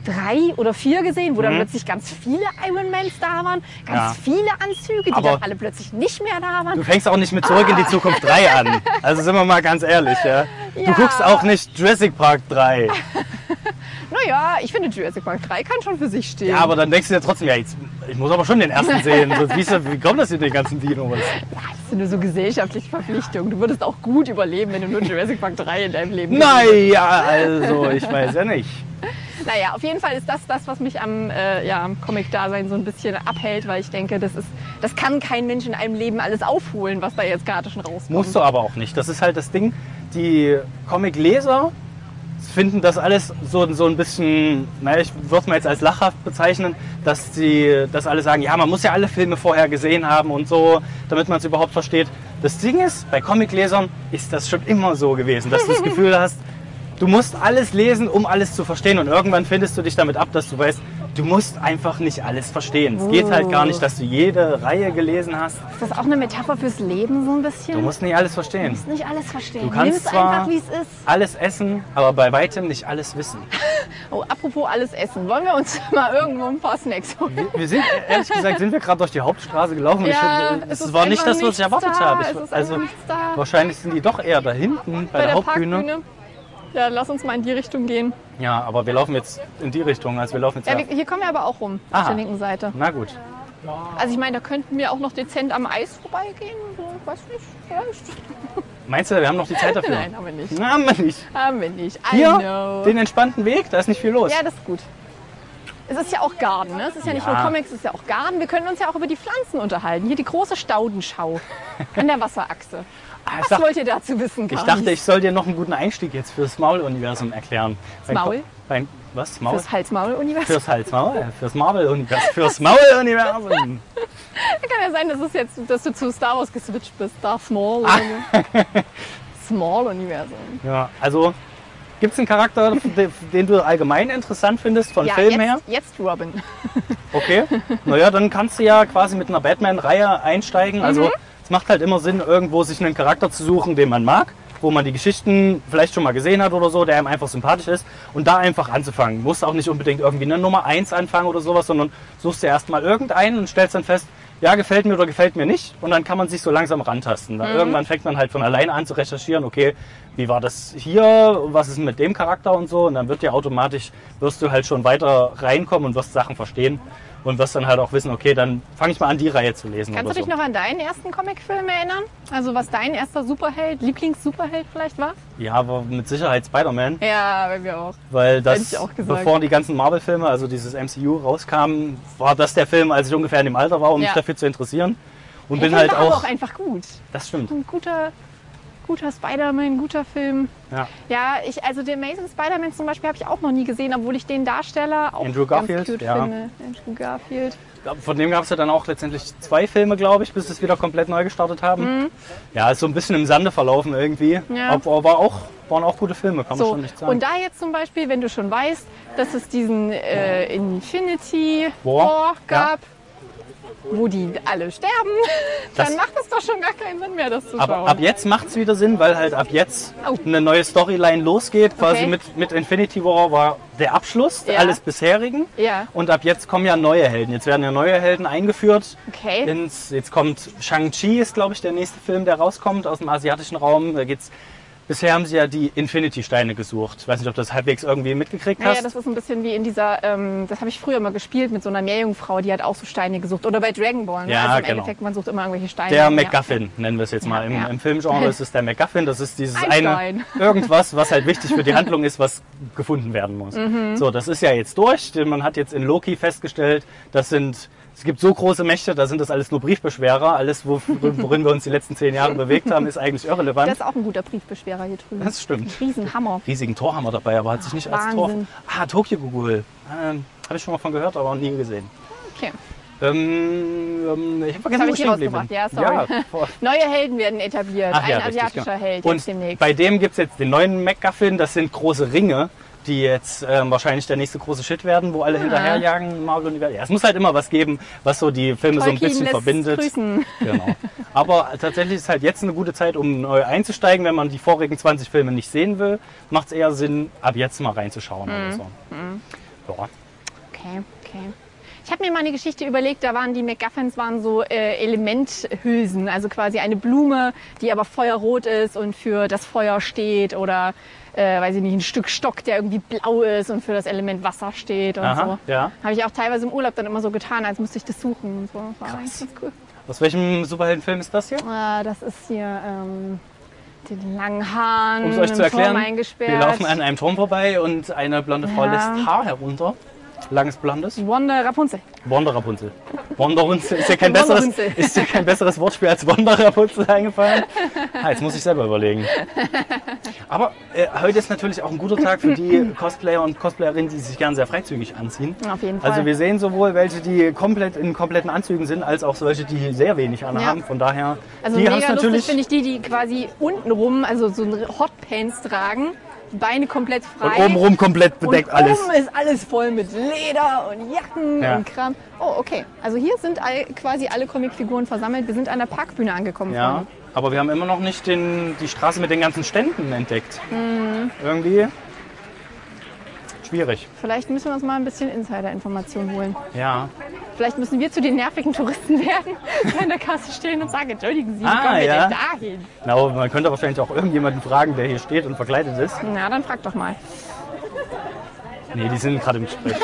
S4: drei oder vier gesehen, wo dann plötzlich ganz viele Iron Mans da waren, ganz
S1: Mhm. Ja.
S4: viele Anzüge, die
S1: Aber-
S4: dann alle plötzlich nicht mehr da waren.
S1: Du fängst auch nicht mit Zurück
S4: Ah.
S1: in die Zukunft 3 an. Also sind wir mal ganz ehrlich, ja. Du
S4: Ja.
S1: guckst auch nicht Jurassic Park 3.
S4: Naja, ich finde Jurassic Park 3 kann schon für sich stehen.
S1: Ja, aber dann denkst du dir trotzdem, ja, jetzt, ich muss aber schon den ersten sehen. Sonst, wie, ist das- wie kommt das in den ganzen Dinos?
S4: Das ist nur so gesellschaftliche Verpflichtung. Du würdest auch gut überleben, wenn du nur Jurassic Park 3 in deinem Leben
S1: Naja, also, ich weiß ja nicht.
S4: hättest. Naja, auf jeden Fall ist das das, was mich am äh, ja, am Comic-Dasein so ein bisschen abhält, weil ich denke, das, ist, das kann kein Mensch in einem Leben alles aufholen, was da jetzt gerade schon rauskommt.
S1: Musst du aber auch nicht. Das ist halt das Ding. Die Comic-Leser finden das alles so, so ein bisschen, naja, ich würde es mal jetzt als lachhaft bezeichnen, dass sie das alle sagen, ja, man muss ja alle Filme vorher gesehen haben und so, damit man es überhaupt versteht. Das Ding ist, bei Comiclesern ist das schon immer so gewesen, dass du das Gefühl hast, du musst alles lesen, um alles zu verstehen und irgendwann findest du dich damit ab, dass du weißt, du musst einfach nicht alles verstehen. Es geht halt gar nicht, dass du jede Reihe gelesen hast.
S4: Ist das auch eine Metapher fürs Leben so ein bisschen?
S1: Du musst nicht alles verstehen.
S4: nicht alles verstehen.
S1: Du kannst
S4: Nimm's
S1: zwar-
S4: einfach, wie es ist.
S1: Alles essen, aber bei weitem nicht alles wissen.
S4: Oh, apropos alles essen. Wollen wir uns mal irgendwo ein paar Snacks holen?
S1: Wir sind, ehrlich gesagt, sind wir gerade durch die Hauptstraße gelaufen. ich,
S4: es
S1: es
S4: ist
S1: war nicht
S4: einfach
S1: das, was
S4: nichts
S1: ich erwartet
S4: da.
S1: habe.
S4: Es ist
S1: Ich, also
S4: einfach nichts da.
S1: wahrscheinlich sind die doch eher da hinten bei,
S4: Bei
S1: der,
S4: der
S1: Hauptbühne.
S4: Parkbühne. Ja, lass uns mal in die Richtung gehen.
S1: Ja, aber wir laufen jetzt in die Richtung. Also wir laufen jetzt.
S4: Ja,
S1: ja-
S4: wir- hier kommen wir aber auch rum, auf
S1: Aha.
S4: der linken Seite.
S1: Na gut.
S4: Also ich meine, da könnten wir auch noch dezent am Eis vorbeigehen. So, ich weiß nicht, vielleicht.
S1: Meinst du, wir haben noch die Zeit dafür?
S4: Nein, haben wir nicht.
S1: Na, Mann, nicht.
S4: Haben wir nicht. I
S1: Hier,
S4: know.
S1: den entspannten Weg, da ist nicht viel los.
S4: ja, das ist gut. Es ist ja auch Garten, ne? Es ist ja nicht
S1: Ja.
S4: nur Comics, es ist ja auch Garten. Wir können uns ja auch über die Pflanzen unterhalten. Hier die große Staudenschau an der Wasserachse.
S1: Ah, ich,
S4: Was
S1: dacht-
S4: wollt ihr dazu wissen?
S1: ich
S4: Gar
S1: dachte,
S4: nichts.
S1: ich soll dir noch einen guten Einstieg jetzt fürs Maul-Universum erklären. Beim
S4: Maul?
S1: Ko- Beim, was? Maul?
S4: Fürs Halsmaul-Universum.
S1: Fürs Halsmaul? Fürs Marvel-Universum. Fürs Maul-Universum.
S4: Kann ja sein, dass, es jetzt, dass du zu Star Wars geswitcht bist. Darth Maul. Small-Universum.
S1: Ja, also gibt es einen Charakter, de- den du allgemein interessant findest von
S4: Ja,
S1: Film
S4: jetzt,
S1: her?
S4: jetzt Robin.
S1: Okay. Naja, dann kannst du ja quasi mit einer Batman-Reihe einsteigen.
S4: Mhm.
S1: Also es macht halt immer Sinn, irgendwo sich einen Charakter zu suchen, den man mag, wo man die Geschichten vielleicht schon mal gesehen hat oder so, der einem einfach sympathisch ist und da einfach anzufangen. Musst auch nicht unbedingt irgendwie eine Nummer 1 anfangen oder sowas, sondern suchst dir erstmal irgendeinen und stellst dann fest, ja, gefällt mir oder gefällt mir nicht. Und dann kann man sich so langsam rantasten.
S4: Mhm.
S1: Dann Irgendwann fängt man halt von alleine an zu recherchieren, okay, wie war das hier, was ist mit dem Charakter und so. Und dann wird dir automatisch, wirst du halt schon weiter reinkommen und wirst Sachen verstehen und wirst dann halt auch wissen, okay, dann fange ich mal an, die Reihe zu lesen.
S4: Kannst du
S1: oder
S4: dich
S1: so.
S4: noch an deinen ersten Comicfilm erinnern? Also was dein erster Superheld, Lieblings-Superheld vielleicht war?
S1: Ja, aber mit Sicherheit Spider-Man,
S4: Ja, bei mir auch.
S1: weil
S4: Hätte
S1: das,
S4: ich auch gesagt.
S1: bevor die ganzen Marvel-Filme, also dieses MCU rauskamen, war das der Film, als ich ungefähr in dem Alter war, um
S4: Ja.
S1: mich dafür zu interessieren. Und
S4: Der
S1: bin
S4: Film
S1: halt
S4: war aber auch
S1: auch,
S4: einfach gut.
S1: das stimmt.
S4: Ein guter, guter Spider-Man, guter Film.
S1: Ja.
S4: Ja, ich, also den Amazing Spider-Man zum Beispiel habe ich auch noch nie gesehen, obwohl ich den Darsteller auch
S1: Andrew Garfield,
S4: ganz cute
S1: ja.
S4: finde. Andrew Garfield.
S1: Von dem gab es ja dann auch letztendlich zwei Filme, glaube ich, bis es wieder komplett neu gestartet haben. Ja, ist so ein bisschen im Sande verlaufen irgendwie.
S4: Mhm. Ja.
S1: Aber war auch, waren auch gute Filme, kann man
S4: So,
S1: schon nicht sagen.
S4: und da jetzt zum Beispiel, wenn du schon weißt, dass es diesen äh, Infinity
S1: War, ja.
S4: War, gab, wo die alle sterben,
S1: Das-
S4: dann macht es doch schon gar keinen Sinn mehr, das zu
S1: Aber
S4: schauen.
S1: ab jetzt macht es wieder Sinn, weil halt ab jetzt
S4: Au.
S1: eine neue Storyline losgeht. Quasi
S4: Okay.
S1: mit, mit Infinity War war der Abschluss
S4: Ja.
S1: alles bisherigen.
S4: Ja.
S1: Und ab jetzt kommen ja neue Helden. Jetzt werden ja neue Helden eingeführt.
S4: Okay.
S1: Ins, jetzt kommt Shang-Chi, ist glaube ich der nächste Film, der rauskommt aus dem asiatischen Raum. Da geht's. Bisher haben sie ja die Infinity-Steine gesucht. Ich weiß nicht, ob du das halbwegs irgendwie mitgekriegt
S4: Naja,
S1: hast.
S4: das ist ein bisschen wie in dieser, ähm, das habe ich früher immer gespielt mit so einer Meerjungfrau, die hat auch so Steine gesucht. Oder bei Dragon Ball. ne?
S1: Ja,
S4: also im
S1: genau.
S4: Endeffekt, man sucht immer irgendwelche Steine.
S1: Der
S4: Ja.
S1: MacGuffin, nennen wir es jetzt mal. Im,
S4: ja.
S1: im Filmgenre ist es der MacGuffin. Das ist dieses eine,
S4: Einstein.
S1: irgendwas, was halt wichtig für die Handlung ist, was gefunden werden muss.
S4: Mhm.
S1: So, das ist ja jetzt durch. denn Man hat jetzt in Loki festgestellt, das sind, es gibt so große Mächte, da sind das alles nur Briefbeschwerer. Alles, wo- worin wir uns die letzten zehn Jahre bewegt haben, ist eigentlich irrelevant.
S4: Das ist auch ein guter Briefbeschwerer hier drüben.
S1: Das stimmt.
S4: Ein Riesenhammer.
S1: Riesigen Tor haben wir dabei, aber hat sich nicht als Tor.
S4: Wahnsinn.
S1: Ah, Tokyo Google. Ähm, Habe ich schon mal von gehört, aber noch nie gesehen.
S4: Okay.
S1: Ähm, ähm, ich habe vergessen,
S4: hab
S1: wo
S4: ich
S1: stehen geblieben
S4: rausgebracht.
S1: bin.
S4: Ja, sorry.
S1: Ja, vor-
S4: Neue Helden werden etabliert.
S1: Ach
S4: ein
S1: ja, richtig,
S4: asiatischer
S1: genau.
S4: Held jetzt
S1: Und
S4: demnächst.
S1: bei dem gibt es jetzt den neuen MacGuffin, das sind große Ringe, die jetzt ähm, wahrscheinlich der nächste große Shit werden, wo
S4: Ah.
S1: alle hinterherjagen, Marvel Universum. Ja, es muss halt immer was geben, was so die Filme so ein
S4: Tolkien
S1: bisschen
S4: lässt
S1: verbindet.
S4: grüßen.
S1: Genau. Aber tatsächlich ist halt jetzt eine gute Zeit, um neu einzusteigen. Wenn man die vorigen 20 Filme nicht sehen will, macht es eher Sinn, ab jetzt mal reinzuschauen
S4: Mhm.
S1: oder so. Ja.
S4: Okay, okay. Ich habe mir mal eine Geschichte überlegt, da waren die MacGuffins waren so äh, Elementhülsen, also quasi eine Blume, die aber feuerrot ist und für das Feuer steht oder äh, weiß ich nicht, ein Stück Stock, der irgendwie blau ist und für das Element Wasser steht und
S1: Aha,
S4: so.
S1: ja.
S4: Habe ich auch teilweise im Urlaub dann immer so getan, als müsste ich das suchen. Und so. Das war eigentlich ganz cool.
S1: Aus welchem Superheldenfilm ist das hier?
S4: Ah, das ist hier ähm, den langen Haaren,
S1: Um es euch
S4: im
S1: zu
S4: Turm
S1: erklären,
S4: eingesperrt.
S1: wir laufen an einem Turm vorbei und eine blonde Frau
S4: Ja.
S1: lässt Haar herunter. Langes Blondes?
S4: Wanda Rapunzel.
S1: Wandererpunzel. Wanderunzel ist ja kein besseres,
S4: Wanderunzel.
S1: ist ja kein besseres Wortspiel als Wandererpunzel eingefallen. Ah, jetzt muss ich selber überlegen. Aber äh, heute ist natürlich auch ein guter Tag für die Cosplayer und Cosplayerinnen, die sich gerne sehr freizügig anziehen.
S4: Auf jeden Fall.
S1: Also wir sehen sowohl welche, die komplett in kompletten Anzügen sind, als auch solche, die sehr wenig anhaben.
S4: Ja.
S1: Von daher,
S4: Also
S1: die
S4: mega
S1: haben's
S4: lustig
S1: natürlich
S4: finde ich die, die quasi untenrum, also so ein Hotpants tragen, Beine komplett
S1: und
S4: frei.
S1: obenrum komplett
S4: Und
S1: bedeckt alles.
S4: oben ist alles voll mit Leder und Jacken
S1: Ja.
S4: und Kram. Oh, okay. Also hier sind all, quasi alle Comicfiguren versammelt. Wir sind an der Parkbühne angekommen.
S1: Ja,
S4: Freunde.
S1: aber wir haben immer noch nicht den, die Straße mit den ganzen Ständen entdeckt.
S4: Mhm.
S1: Irgendwie schwierig.
S4: Vielleicht müssen wir uns mal ein bisschen Insider-Informationen holen.
S1: Ja.
S4: Vielleicht müssen wir zu den nervigen Touristen werden, die an der Kasse stehen und sagen, entschuldigen Sie, wie
S1: Ah,
S4: kommen wir
S1: ja.
S4: denn dahin?
S1: Na, aber man könnte wahrscheinlich auch irgendjemanden fragen, der hier steht und verkleidet ist.
S4: Na, dann frag doch mal.
S1: Nee, die sind gerade im Gespräch.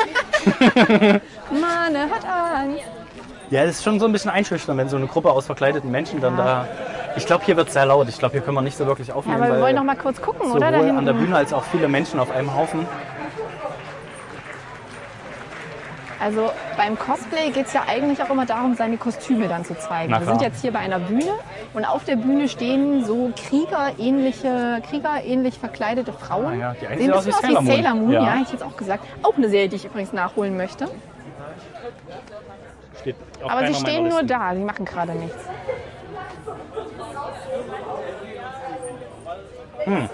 S4: Mann, er hat Angst.
S1: Ja, das ist schon so ein bisschen einschüchternd, wenn so eine Gruppe aus verkleideten Menschen dann da. Ich glaube, hier wird sehr laut. Ich glaube, hier können wir nicht so wirklich
S4: Ja,
S1: aufnehmen,
S4: aber wir
S1: weil
S4: wollen doch mal kurz gucken,
S1: sowohl
S4: oder? Da
S1: an der
S4: hinten.
S1: Bühne als auch viele Menschen auf einem Haufen.
S4: Also beim Cosplay geht es ja eigentlich auch immer darum, seine Kostüme dann zu zeigen.
S1: Na
S4: Wir
S1: klar.
S4: sind jetzt hier bei einer Bühne und auf der Bühne stehen so Kriegerähnliche, Kriegerähnlich verkleidete Frauen.
S1: Ah ja, die eine
S4: Sehen
S1: sieht
S4: ein
S1: aus wie
S4: bisschen aus wie
S1: Sailor Moon.
S4: Sailor Moon,
S1: Ja.
S4: ja. hätte ich jetzt auch gesagt. Auch eine Serie, die ich übrigens nachholen möchte.
S1: Steht auf
S4: Aber
S1: keiner
S4: sie stehen
S1: meiner
S4: nur
S1: Listen.
S4: da, sie machen gerade nichts.
S1: Hm.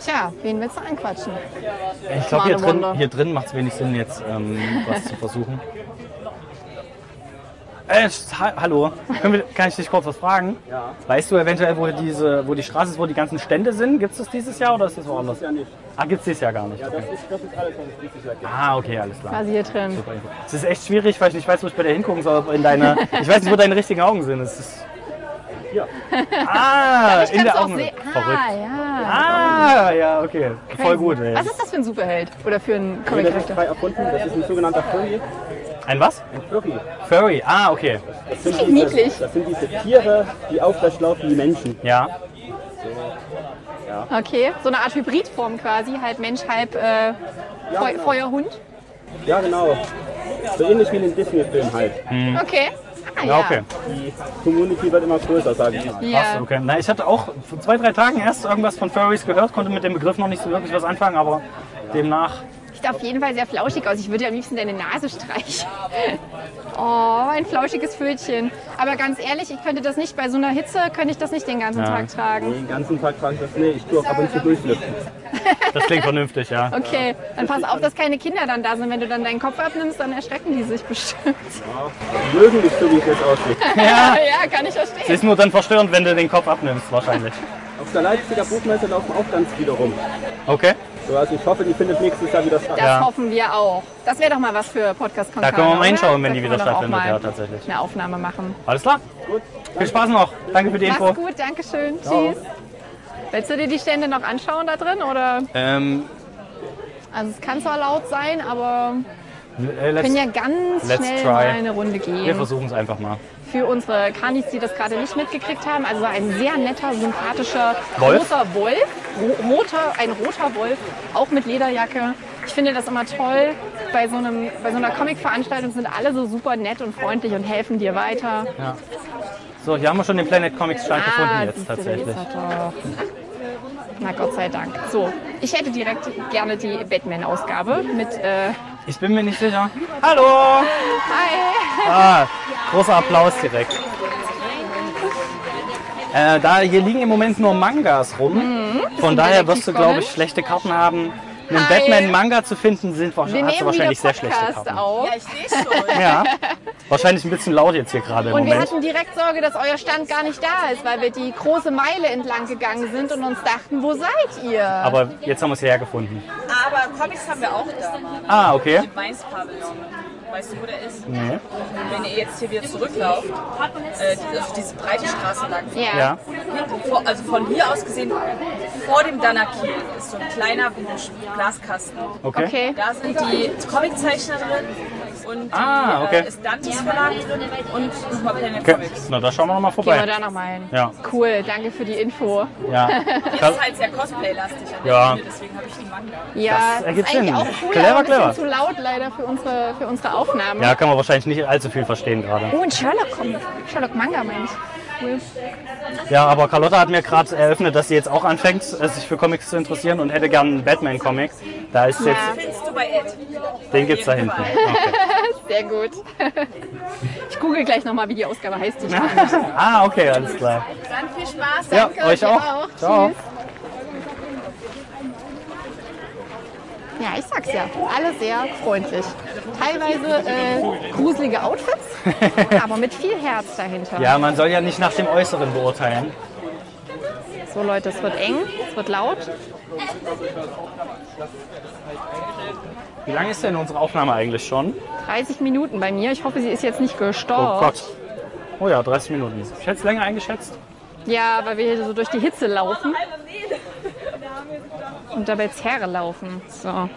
S4: Tja, wen willst du anquatschen?
S1: Ich glaube, hier
S4: Schmale
S1: drin,
S4: Wunder.
S1: hier drin macht es wenig Sinn, jetzt ähm, was zu versuchen. Äh, sch- ha hallo, Können wir, kann ich dich kurz was fragen? Ja. Weißt du eventuell, wo, diese, wo die Straße ist, wo die ganzen Stände sind? Gibt es das dieses Jahr oder ist das woanders? Dieses Jahr nicht. Ah, gibt es dieses Jahr gar nicht? Ja, das, ist, alles, was es dieses Jahr gibt. Ah, okay, alles klar.
S4: Quasi hier drin.
S1: Super Info. Es ist echt schwierig, weil ich nicht weiß, wo ich bei dir hingucken soll. Ob in deine, ich weiß nicht, wo deine richtigen Augen sind. Es ist hier. Ah,
S4: Ich
S1: in
S4: kann es
S1: der
S4: auch
S1: Augen.
S4: sehen.
S1: Verrückt.
S4: Ah, ja.
S1: Ah, ja, okay. Voll gut. Ey.
S4: Was ist das für ein Superheld? Oder für ein Comic-Charakter?
S8: erfunden. Das ist ein sogenannter Furry.
S1: Ein was?
S8: Ein Furry.
S1: Furry. Ah, okay.
S8: Das sind,
S4: Richtig niedlich.
S8: das sind diese Tiere, die aufrecht laufen wie Menschen.
S1: Ja.
S4: Okay, so eine Art Hybridform quasi, halb Mensch, halb äh, Feu
S8: genau.
S4: Feuerhund.
S8: Ja, genau. So ähnlich wie in den Disney-Filmen halt.
S4: Okay. Ah,
S1: Hm. Ja, okay.
S8: Die Community wird immer größer, sage ich mal.
S4: Ja.
S1: Krass, okay. Na, ich hatte auch vor zwei, drei Tagen erst irgendwas von Furries gehört, konnte mit dem Begriff noch nicht so wirklich was anfangen, aber demnach.
S4: Sieht auf jeden Fall sehr flauschig aus. Ich würde dir am liebsten deine Nase streichen. Oh, ein flauschiges Fötchen. Aber ganz ehrlich, ich könnte das nicht bei so einer Hitze, könnte ich das nicht den ganzen Tag tragen.
S8: Den ganzen Tag trage ich das. Nee, ich tue auch ab und zu durchlüften.
S1: Das klingt vernünftig, ja.
S4: Okay, dann pass auf, dass keine Kinder dann da sind. Wenn du dann deinen Kopf abnimmst, dann erschrecken die sich bestimmt.
S8: Die Mögen nicht so, wie es jetzt aussieht.
S1: Ja.
S4: Ja, kann ich
S1: Es
S4: verstehen.
S1: ist nur dann verstörend, wenn Ah. du den Kopf abnimmst, wahrscheinlich.
S8: Auf der Leipziger Buchmesse laufen auch ganz viele rum.
S1: Okay.
S8: So, also ich hoffe, die findet nächstes Jahr wieder statt.
S4: Das
S1: Ja.
S4: hoffen wir auch. Das wäre doch mal was für podcast
S1: Da können wir mal hinschauen, wenn die wieder stattfindet, ja, tatsächlich.
S4: Eine Aufnahme machen.
S1: Alles klar.
S8: Gut.
S1: Viel Spaß noch. Danke für die Info.
S4: Mach's gut, danke schön. Tschüss. Willst du dir die Stände noch anschauen da drin? Oder?
S1: Ähm,
S4: Also es kann zwar laut sein, aber
S1: äh,
S4: wir
S1: let's,
S4: können ja ganz
S1: let's
S4: schnell
S1: try.
S4: mal eine Runde
S1: wir
S4: gehen.
S1: versuchen es einfach mal.
S4: Für unsere Kanis, die das gerade nicht mitgekriegt haben, also ein sehr netter, sympathischer
S1: Wolf?
S4: großer Wolf, ro- roter, ein roter Wolf, auch mit Lederjacke. Ich finde das immer toll. Bei so, einem, bei so einer Comic-Veranstaltung sind alle so super nett und freundlich und helfen dir weiter.
S1: So, hier haben wir schon den Planet Comics Stand gefunden jetzt
S4: Ah, siehst du,
S1: tatsächlich.
S4: da ist er doch. Na Gott sei Dank. So, ich hätte direkt gerne die Batman-Ausgabe mit äh,
S1: Ich bin mir nicht sicher. Hallo!
S4: Hi.
S1: Ah, großer Applaus direkt. Äh, da hier liegen im Moment nur Mangas rum.
S4: Mhm.
S1: Von daher wirst du, glaube ich, schlechte Karten haben. Einen
S4: Hi.
S1: Batman-Manga zu finden, sind wahrsch- hast
S4: Wir
S1: du
S4: nehmen wieder
S1: wahrscheinlich sehr schlechte
S4: Podcast
S1: Karten.
S4: auf.
S5: ich sehe schon.
S1: Ja. Wahrscheinlich ein bisschen laut jetzt hier gerade im
S4: Und wir
S1: Moment.
S4: hatten direkt Sorge, dass euer Stand gar nicht da ist, weil wir die große Meile entlang gegangen sind und uns dachten, wo seid ihr?
S1: Aber jetzt haben wir es hierher gefunden.
S5: Aber Comics haben wir auch da.
S1: Ah, okay.
S5: Mainz-Pavillon.
S9: Weißt du, wo der ist? Wenn ihr jetzt hier wieder zurücklauft, äh, die- also diese breite Straße lang,
S1: Ja.
S9: vor, also von hier aus gesehen, vor dem Danakil ist so ein kleiner Glaskasten.
S1: Okay.
S4: Okay.
S9: Da sind die Comiczeichner drin und die,
S1: Ah, okay.
S9: äh, ist Dantes Verlag drin und nochmal Planet
S1: okay.
S9: Comics.
S1: Na, da schauen wir nochmal
S4: Gehen wir
S1: vorbei.
S4: da nochmal hin.
S1: Ja,
S4: Cool, danke für die Info.
S1: ja.
S9: Das ist halt sehr Cosplay-lastig an der
S1: Ja.
S9: Bühne, deswegen habe ich die Manga.
S4: Ja,
S1: Das ergibt
S4: ist
S1: Sinn.
S4: eigentlich auch cool,
S1: Clever,
S4: aber ein bisschen
S1: clever.
S4: zu laut leider für unsere, für unsere Aufnahmen.
S1: Ja, kann man wahrscheinlich nicht allzu viel verstehen gerade.
S4: Oh, ein Sherlock kommt. Sherlock Manga, meine ich. Cool.
S1: Ja, aber Carlotta hat mir gerade eröffnet, dass sie jetzt auch anfängt, äh, sich für Comics zu interessieren und hätte gern einen Batman-Comic. Da ist jetzt,
S9: Findest du bei Ed?
S1: den gibt's da hinten. Okay.
S4: Sehr gut. Ich google gleich nochmal, wie die Ausgabe heißt. die Ich
S1: Ah, okay, alles klar.
S4: Dann viel Spaß.
S1: Ja, euch auch. Ciao.
S4: Ja, ich sag's ja. Alle sehr freundlich. Teilweise äh, gruselige Outfits, aber mit viel Herz dahinter.
S1: Ja, man soll ja nicht nach dem Äußeren beurteilen.
S4: So Leute, es wird eng, es wird laut.
S1: Wie lange ist denn unsere Aufnahme eigentlich schon?
S4: 30 Minuten bei mir. Ich hoffe, sie ist jetzt nicht
S1: Oh
S4: gestorben.
S1: Gott. Oh ja, 30 Minuten. Ich hätte es länger eingeschätzt.
S4: Ja, weil wir hier so durch die Hitze laufen. Und dabei Zerre laufen. So.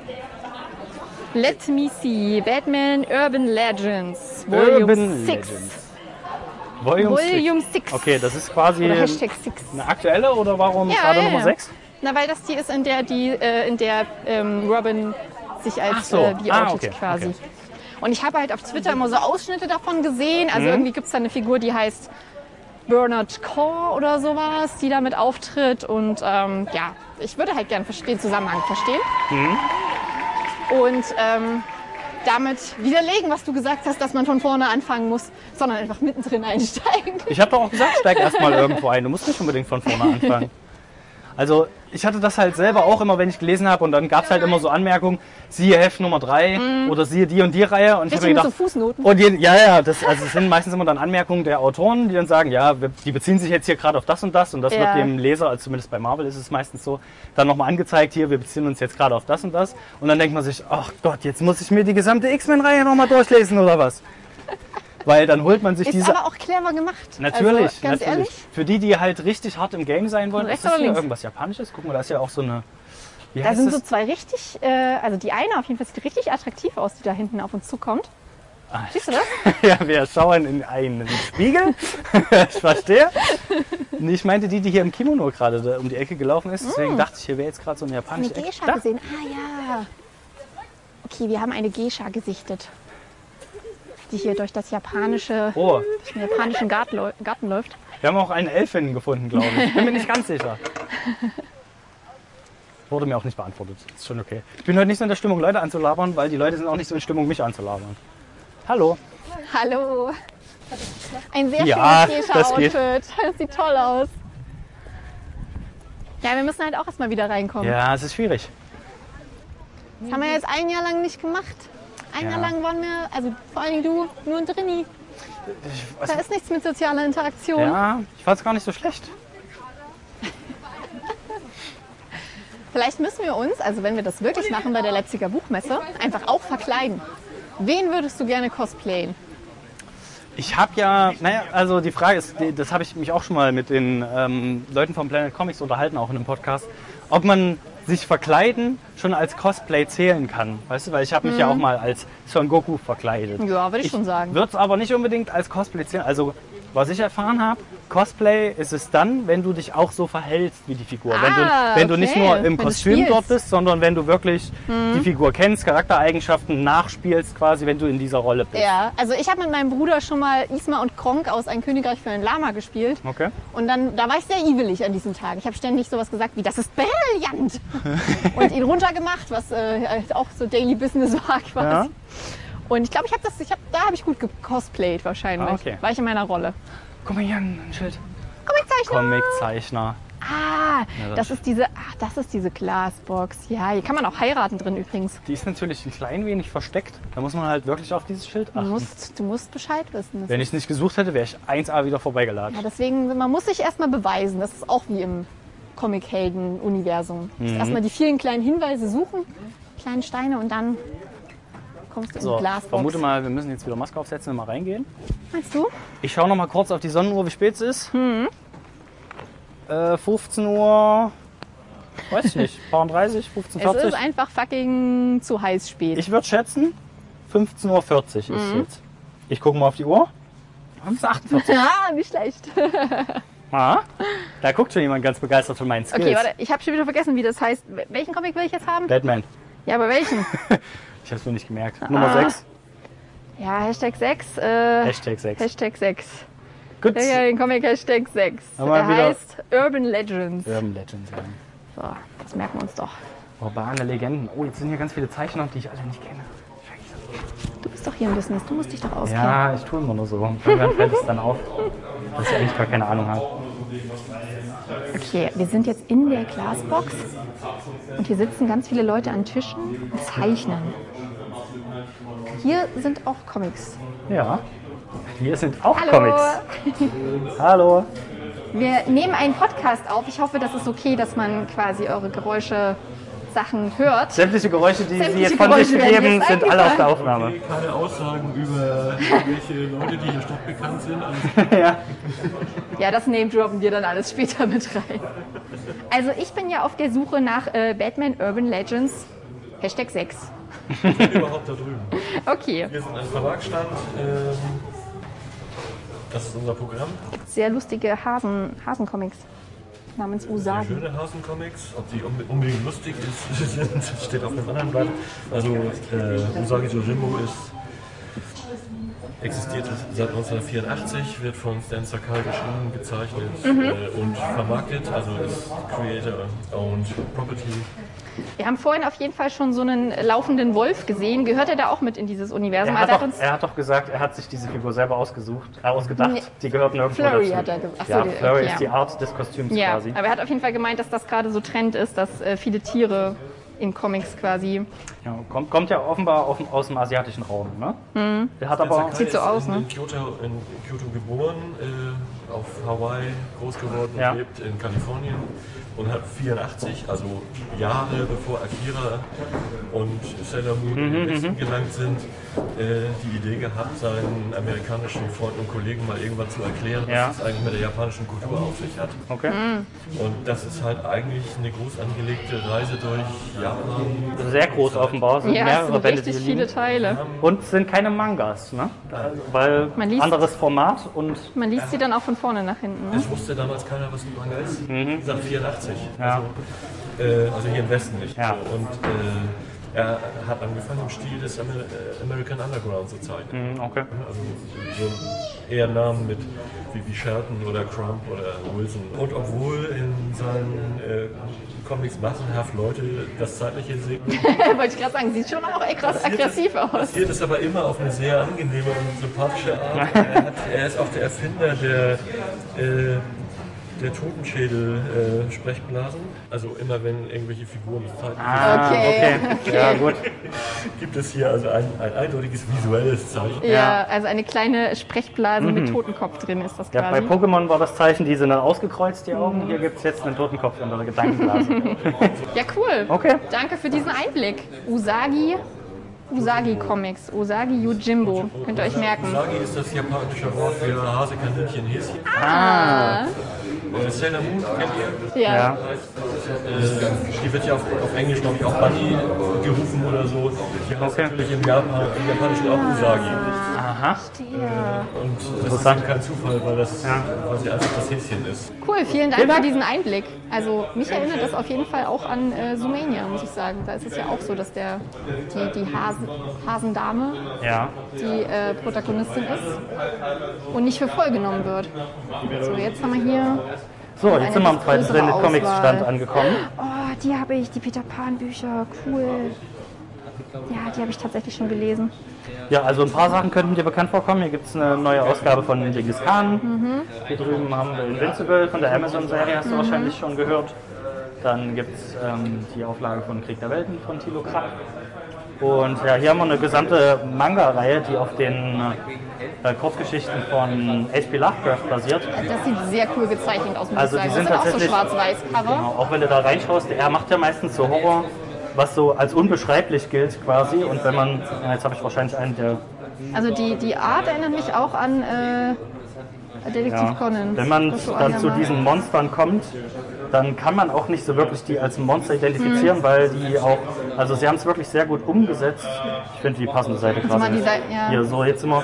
S4: Let me see. Batman Urban Legends. Volume
S1: Urban
S4: 6.
S1: Legends. Volume,
S4: Volume
S1: 6.
S4: 6.
S1: Okay, Ähm. das ist quasi
S4: Oder
S1: eine
S4: Hashtag 6.
S1: aktuelle oder warum
S4: Ja,
S1: gerade
S4: ja,
S1: Nummer
S4: ja.
S1: 6?
S4: Na, weil das die ist, in der, die, äh, in der ähm, Robin sich
S1: Ach
S4: als
S1: so.
S4: äh, die
S1: Ah, okay,
S4: outet quasi.
S1: okay.
S4: Und ich habe halt auf Twitter immer so Ausschnitte davon gesehen.
S1: Mhm.
S4: Also irgendwie gibt es da eine Figur, die heißt Bernard Core oder sowas, die damit auftritt. Und ähm, ja, ich würde halt gern verste- den Zusammenhang verstehen.
S1: Mhm.
S4: Und ähm, damit widerlegen, was du gesagt hast, dass man von vorne anfangen muss, sondern einfach mittendrin einsteigen.
S1: Ich habe doch auch gesagt, steig erstmal irgendwo ein. Du musst nicht unbedingt von vorne anfangen. Also ich hatte das halt selber auch immer, wenn ich gelesen habe und dann gab es halt immer so Anmerkungen, siehe Heft Nummer 3
S4: Mhm.
S1: oder siehe die und die Reihe. Und ich habe mir
S4: Richtig mit so
S1: gedacht,
S4: Fußnoten.
S1: und je, ja, ja, das, also es sind meistens immer dann Anmerkungen der Autoren, die dann sagen, ja, wir, die beziehen sich jetzt hier gerade auf das und das und das
S4: Ja.
S1: wird dem Leser, also zumindest bei Marvel ist es meistens so, dann nochmal angezeigt, hier, wir beziehen uns jetzt gerade auf das und das. Und dann denkt man sich, ach Gott, jetzt muss ich mir die gesamte X-Men-Reihe nochmal durchlesen oder was? Weil dann holt man sich
S4: Ist
S1: diese
S4: aber auch clever gemacht.
S1: Natürlich,
S4: Also, ganz
S1: natürlich.
S4: ehrlich.
S1: Für die, die halt richtig hart im Game sein wollen,
S4: Rechts
S1: ist das
S4: oder
S1: hier
S4: links?
S1: irgendwas Japanisches? Guck mal, da ist ja auch so eine. Wie
S4: Da
S1: heißt
S4: sind so
S1: das?
S4: zwei richtig, äh, also die eine auf jeden Fall sieht richtig attraktiv aus, die da hinten auf uns zukommt.
S1: Ah,
S4: Siehst du das?
S1: ja, wir schauen in einen Spiegel. ich verstehe. Nee, ich meinte die, die hier im Kimono gerade da um die Ecke gelaufen ist. Deswegen dachte ich, hier wäre jetzt gerade so eine
S4: Mm. Eine
S1: japanische Ecke.
S4: Geisha
S1: Da.
S4: gesehen. Ah ja. Okay, wir haben eine Geisha gesichtet, die hier durch das japanische,
S1: Oh,
S4: durch den japanischen Garten, läu- Garten läuft.
S1: wir haben auch eine Elfin gefunden, glaube ich. Bin mir nicht ganz sicher. Wurde mir auch nicht beantwortet. Ist schon okay. Ich bin heute nicht so in der Stimmung, Leute anzulabern, weil die Leute sind auch nicht so in Stimmung, mich anzulabern. Hallo.
S4: Hallo. Ein sehr
S1: Ja,
S4: schönes
S1: das geht.
S4: Geisha-Outfit. Das sieht toll aus. Ja, wir müssen halt auch erstmal wieder reinkommen.
S1: Ja, es ist schwierig.
S4: Das haben wir jetzt ein Jahr lang nicht gemacht.
S1: Mhm.
S4: Ein
S1: Ja. Äh,
S4: Jahr lang waren wir, also vor allem du, nur drinni. Da ist nichts mit sozialer Interaktion.
S1: Ja, ich fand es gar nicht so schlecht.
S4: Vielleicht müssen wir uns, also wenn wir das wirklich machen bei der Leipziger Buchmesse, einfach auch verkleiden. Wen würdest du gerne cosplayen?
S1: Ich habe ja, naja, also die Frage ist, die- das habe ich mich auch schon mal mit den ähm, Leuten von Planet Comics unterhalten, auch in einem Podcast, ob man sich verkleiden schon als Cosplay zählen kann. Weißt du, weil ich habe mich ja auch mal als Son Goku verkleidet.
S4: Ja, würde Mhm. ich schon sagen.
S1: Würde es aber nicht unbedingt als Cosplay zählen. Also, was ich erfahren habe, Cosplay ist es dann, wenn du dich auch so verhältst wie die Figur. wenn du,
S4: Ah,
S1: wenn du nicht
S4: okay.
S1: nur im
S4: Wenn du
S1: Kostüm
S4: spielst. Mhm.
S1: dort bist, sondern wenn du wirklich die Figur kennst, Charaktereigenschaften nachspielst, quasi, wenn du in dieser Rolle bist.
S4: Ja, also ich habe mit meinem Bruder schon mal Isma und Kronk aus Ein Königreich für ein Lama gespielt.
S1: Okay.
S4: Und dann, da war ich sehr evelig an diesem Tag. Ich habe ständig sowas gesagt wie, das ist brillant. und ihn runtergemacht, was äh, auch so Daily Business war quasi.
S1: Ja.
S4: Und ich glaube, ich habe das, ich hab, da habe ich gut gecosplayt wahrscheinlich.
S1: Ah, okay.
S4: War ich in meiner Rolle.
S1: Guck mal hier, ein Schild.
S4: Comiczeichner!
S1: Comiczeichner.
S4: Ah,
S1: Ja, das
S4: das ist diese, ach, das ist diese Glasbox. Ja, hier kann man auch heiraten drin übrigens.
S1: Die ist natürlich ein klein wenig versteckt. Da muss man halt wirklich auf dieses Schild
S4: Du
S1: achten.
S4: musst, du musst Bescheid wissen. Das
S1: Wenn ich es nicht gesucht hätte, wäre ich 1A wieder vorbeigeladen.
S4: ja, deswegen, man muss sich erstmal beweisen. Das ist auch wie im
S1: Mhm.
S4: Comic-Helden-Universum. Du musst Erstmal die vielen kleinen Hinweise suchen, kleinen Steine und dann kommst du in
S1: So,
S4: die Glasbox.
S1: vermute mal, wir müssen jetzt wieder Maske aufsetzen und mal reingehen.
S4: Meinst du?
S1: Ich schaue noch mal kurz auf die Sonnenuhr, wie spät es ist.
S4: Hm.
S1: Äh, 15 Uhr, weiß ich nicht, 34, 15,
S4: Es
S1: 40.
S4: ist einfach fucking zu heiß spät.
S1: Ich würde schätzen, 15.40 Uhr ist
S4: Mhm.
S1: jetzt. Ich gucke mal auf die Uhr. 15.48 Uhr.
S4: ah, nicht schlecht.
S1: Ah, da guckt schon jemand ganz begeistert von meinen Skills.
S4: Okay, warte, ich habe schon wieder vergessen, wie das heißt. Wel- Welchen Comic will ich jetzt haben?
S1: Batman.
S4: Ja, aber welchen?
S1: Ich hab's mir nicht gemerkt.
S4: Ah.
S1: Nummer 6.
S4: Ja, Hashtag 6. Äh,
S1: Hashtag 6.
S4: Hashtag 6.
S1: Gut.
S4: Ja, ja, den Comic Hashtag 6.
S1: Aber
S4: Er
S1: wieder-
S4: heißt Urban Legends.
S1: Urban Legends. ja.
S4: So, das merken wir uns doch.
S1: Urbane Legenden. Oh, jetzt sind hier ganz viele Zeichner, die ich alle nicht kenne.
S4: Du bist doch hier im Business, du musst dich doch auskennen.
S1: Ja, ich tue immer nur so. Irgendwann fällt es dann auf, dass ich eigentlich gar keine Ahnung habe.
S4: Okay, wir sind jetzt in der Glasbox und hier sitzen ganz viele Leute an Tischen und zeichnen. Hier sind auch Comics.
S1: Ja. Hier sind auch
S4: Hallo.
S1: Comics. Hallo.
S4: Wir nehmen einen Podcast auf. Ich hoffe, das ist okay, dass man quasi eure Geräusche, Sachen hört.
S1: Sämtliche Geräusche, die Sie
S4: Sämtliche
S1: jetzt von
S4: Geräusche
S1: sich
S4: werden
S1: geben,
S4: jetzt
S1: sind alle auf der Aufnahme.
S10: Keine Aussagen über welche Leute, die hier stadtbekannt sind.
S4: Ja, das Name droppen wir dann alles später mit rein. Also ich bin ja auf der Suche nach äh, Batman Urban Legends. Hashtag 6.
S10: überhaupt da drüben.
S4: Okay,
S10: Wir sind ein Verlagsstand. ähm, das ist unser Programm.
S4: sehr lustige Hasen, Hasencomics namens
S1: Ah.
S4: Usagen.
S10: Schöne Hasencomics. Ob die unbe- unbedingt lustig ist, das steht auf einem anderen Blatt. Also äh, Usagi Jojimbo ist existiert seit 1984, wird von Stan Sakai geschrieben, gezeichnet
S4: Mhm.
S10: äh, und vermarktet, also ist Creator und Property.
S4: Wir haben vorhin auf jeden Fall schon so einen laufenden Wolf gesehen. Gehört er da auch mit in dieses Universum?
S1: Er
S4: Also
S1: hat,
S4: hat
S1: doch,
S4: uns
S1: er hat doch gesagt, er hat sich diese Figur selber ausgesucht, äh, ausgedacht.
S4: Nee.
S1: Die gehörten irgendwo
S4: Flurry
S1: dazu.
S4: hat er gesagt. Ach so,
S1: Ja,
S4: die-
S1: Flurry
S4: okay,
S1: ist
S4: ja.
S1: die Art des Kostüms
S4: ja,
S1: quasi.
S4: aber er hat auf jeden Fall gemeint, dass das gerade so Trend ist, dass äh, viele Tiere in Comics quasi.
S1: Ja, kommt, kommt ja offenbar auf, dem- aus dem asiatischen Raum. Ne?
S4: Mhm.
S1: Er hat aber
S10: Sakai
S4: Sieht so
S10: ist
S4: aus,
S10: in,
S4: ne?
S10: in, Kyoto, in Kyoto geboren, äh, auf Hawaii groß geworden,
S1: Ja.
S10: lebt in Kalifornien und hat 84, also Jahre bevor Akira und Sailor Moon
S4: Mhm,
S10: in den Westen gelangt sind, äh, die Idee gehabt, seinen amerikanischen Freunden und Kollegen mal irgendwann zu erklären,
S1: Ja.
S10: was es eigentlich mit der japanischen Kultur auf sich hat.
S1: okay.
S4: Mhm.
S10: Und das ist halt eigentlich eine groß angelegte Reise durch Japan.
S1: Sehr groß offenbar. Sind
S4: Ja, es
S1: mehrere
S4: sind
S1: Bände, die
S4: richtig
S1: hier
S4: viele
S1: liegen.
S4: Teile.
S1: Und sind keine Mangas, ne? Also, weil
S4: Man liest-
S1: anderes Format und
S4: Man liest sie dann auch von vorne nach hinten. Ne?
S10: Es wusste damals keiner, was ein Manga ist.
S1: Mhm.
S10: Seit 84. Also, äh, also hier im Westen nicht.
S1: Ja.
S10: So, Und äh, er hat angefangen im Stil des Amer äh, American Underground zu zeichnen.
S1: Hm, okay.
S10: Also so eher Namen mit wie, wie Shelton oder Crump oder Wilson. Und obwohl in seinen äh, Comics massenhaft Leute das Zeitliche segnen,
S4: Wollte ich gerade sagen, sieht schon auch krass aggressiv aus.
S10: Passiert ist aber immer auf eine sehr angenehme und sympathische Art. Er, hat, er ist auch der Erfinder der, äh, der Totenschädel-Sprechblasen. also immer wenn irgendwelche Figuren Zeit
S1: Ah,
S4: Okay.
S1: okay. Ja, gut.
S10: gibt es hier also ein, ein eindeutiges visuelles Zeichen.
S4: Ja, also eine kleine Sprechblase mit Totenkopf drin ist das
S1: Mhm. Ja, bei
S4: quasi.
S1: Pokémon war das Zeichen, die sind dann ausgekreuzt, die Augen. Hier gibt es jetzt einen Totenkopf in der Gedankenblase.
S4: Ja, cool.
S1: Okay.
S4: Danke für diesen Einblick. Usagi, Usagi Comics, Usagi Yojimbo. Könnt ihr euch merken.
S10: Usagi ist das japanische Wort für Hase, Kaninchen, Häschen.
S1: Ah,
S10: Äh, Sailor Moon kennt ihr?
S1: ja.
S10: Äh, die wird ja auf, auf Englisch, glaube ich, auch Bunny gerufen oder so. Die heißt
S1: Okay.
S10: natürlich im, Japan, im Japanischen auch Usagi.
S1: Aha.
S10: Und das ist eben kein Zufall, weil das weil sie einfach das Häschen ist.
S4: Cool, vielen Dank für diesen Einblick. Also mich erinnert das auf jeden Fall auch an äh, Sumania, muss ich sagen. Da ist es ja auch so, dass der, die, die Hasen, Hasendame
S1: Ja.
S4: die äh, Protagonistin ist und nicht für voll genommen wird. So, jetzt haben wir hier...
S1: So, jetzt sind wir am zweiten
S4: größere
S1: Planet Comics Stand
S4: Auswahl.
S1: angekommen.
S4: Oh, die habe ich, die Peter Pan Bücher, cool. Ja, die habe ich tatsächlich schon gelesen.
S1: Ja, also ein paar Sachen könnten dir bekannt vorkommen. Hier gibt es eine neue Ausgabe von Genghis Khan. Hier drüben haben wir Invincible von der Amazon-Serie, hast du wahrscheinlich schon gehört. Dann gibt es ähm, die Auflage von Krieg der Welten von Thilo Krapp. Und ja, hier haben wir eine gesamte Manga-Reihe, die auf den äh, Kurzgeschichten von H.P. Lovecraft basiert.
S4: Das sieht sehr cool gezeichnet aus, muss
S1: Also
S4: ich
S1: die
S4: sagen.
S1: sind
S4: das sind auch so
S1: tatsächlich-
S4: schwarz-weiß Cover.
S1: Genau, auch wenn du da reinschaust, er macht ja meistens so Horror. was so als unbeschreiblich gilt quasi. Und wenn man, ja, jetzt habe ich wahrscheinlich einen der Genau.
S4: Also die, die Art erinnert mich auch an äh, Detektiv
S1: Ja.
S4: Conan.
S1: Wenn man
S4: Otto
S1: dann zu
S4: Angermann.
S1: diesen Monstern kommt, dann kann man auch nicht so wirklich die als Monster identifizieren,
S4: Mhm.
S1: weil die auch, also sie haben es wirklich sehr gut umgesetzt. Ich finde die passende Seite
S4: mal
S1: gerade.
S4: die Seite- ja.
S1: Hier, so jetzt immer.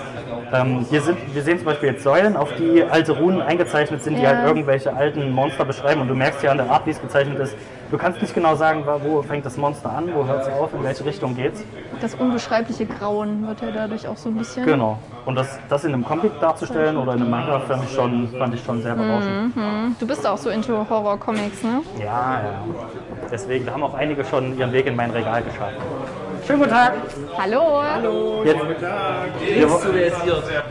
S1: Ähm, hier sind, wir sehen zum Beispiel jetzt Säulen, auf die alte Runen eingezeichnet sind, die
S4: Ja.
S1: halt irgendwelche alten Monster beschreiben. Und du merkst ja an der Art, wie es gezeichnet ist, du kannst nicht genau sagen, wa- wo fängt das Monster an, wo hört es auf, in welche Richtung geht's.
S4: Das unbeschreibliche Grauen wird ja dadurch auch so ein bisschen.
S1: Genau. Und das, das in einem Comic darzustellen oder in einem Manga fand ich schon, fand ich schon sehr berauschend.
S4: Du bist auch so into Horror-Comics, ne?
S1: Ja, ja. Deswegen, da haben auch einige schon ihren Weg in mein Regal geschafft. Schönen guten Tag.
S4: Hallo!
S1: Jetzt, wir, wo-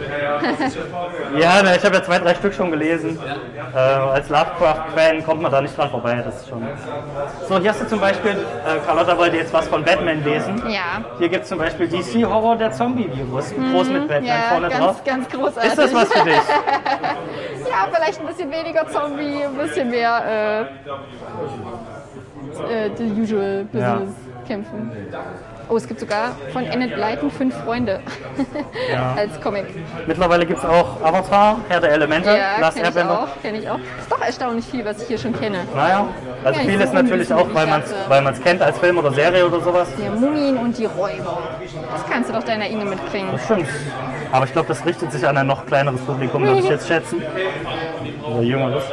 S1: ja, na, ich habe ja zwei, drei Stück schon gelesen. Äh, als Lovecraft-Fan kommt man da nicht dran vorbei. Das ist schon. So, hier hast du zum Beispiel, äh, Carlotta wollte jetzt was von Batman lesen.
S4: Ja.
S1: Hier gibt es zum Beispiel DC Horror der Zombie-Virus. Groß mit Batman vorne
S4: Mhm, ganz,
S1: drauf.
S4: ganz großartig.
S1: Ist das was für dich?
S4: Ja, vielleicht ein bisschen weniger Zombie, ein bisschen mehr äh, äh, the usual
S1: Ja.
S4: business kämpfen. Oh, es gibt sogar von Enid Blyton fünf Freunde
S1: Ja.
S4: als Comic.
S1: Mittlerweile gibt es auch Avatar, Herr der Elemente,
S4: Ja,
S1: Last
S4: kenne ich
S1: Airbender.
S4: auch, kenne ich auch. Ist doch erstaunlich viel, was ich hier schon kenne.
S1: Naja, also
S4: Ja, ich
S1: viel ist
S4: suche ein
S1: natürlich
S4: bisschen
S1: auch, weil
S4: die
S1: man es
S4: Ganze.
S1: weil man's kennt als Film oder Serie oder sowas.
S4: Der Mumien und die Räuber. Das kannst du doch deiner Inge mitkriegen.
S1: Das stimmt. Aber ich glaube, das richtet sich an ein noch kleineres Publikum, würde ich jetzt schätzen. Oder jüngeres.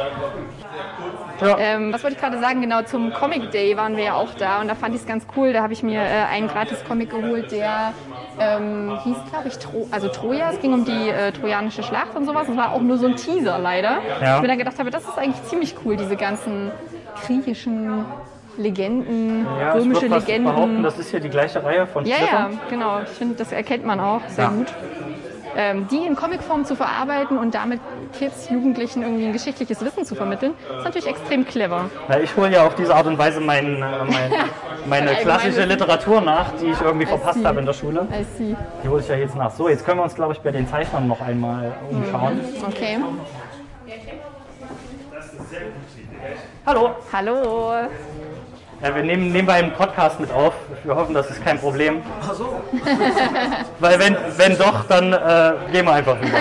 S1: Ja.
S4: Ähm, was wollte ich gerade sagen? Genau, zum Comic Day waren wir ja auch da und da fand ich es ganz cool. Da habe ich mir äh, einen gratis Comic geholt, der ähm, hieß, glaube ich, Tro also Troja. Es ging um die äh, trojanische Schlacht und sowas. Es war auch nur so ein Teaser leider.
S1: Ja.
S4: Ich mir dann gedacht habe, das ist eigentlich ziemlich cool, diese ganzen griechischen Legenden,
S1: Ja, ich
S4: römische
S1: würde fast behaupten,
S4: Legenden.
S1: das ist hier die gleiche Reihe von
S4: Ja, ja,
S1: Schlitten.
S4: genau. Ich finde, das erkennt man auch sehr
S1: Ja.
S4: gut. Ähm, die in Comicform zu verarbeiten und damit Kids, Jugendlichen irgendwie ein geschichtliches Wissen zu vermitteln, ist natürlich extrem clever.
S1: Na, ich hole ja auf diese Art und Weise mein, äh, mein, meine
S4: Allgemeine
S1: klassische
S4: Wissen.
S1: Literatur nach, die ich irgendwie verpasst
S4: see.
S1: habe in der Schule.
S4: I see.
S1: Die hole ich ja jetzt nach. So, jetzt können wir uns, glaube ich, bei den Zeichnern noch einmal umschauen.
S4: Okay.
S1: Hallo!
S4: Hallo.
S1: Ja, wir nehmen nebenbei einen Podcast mit auf. Wir hoffen, das ist kein Problem. Ach so. Weil wenn, wenn doch, dann äh, gehen wir einfach wieder.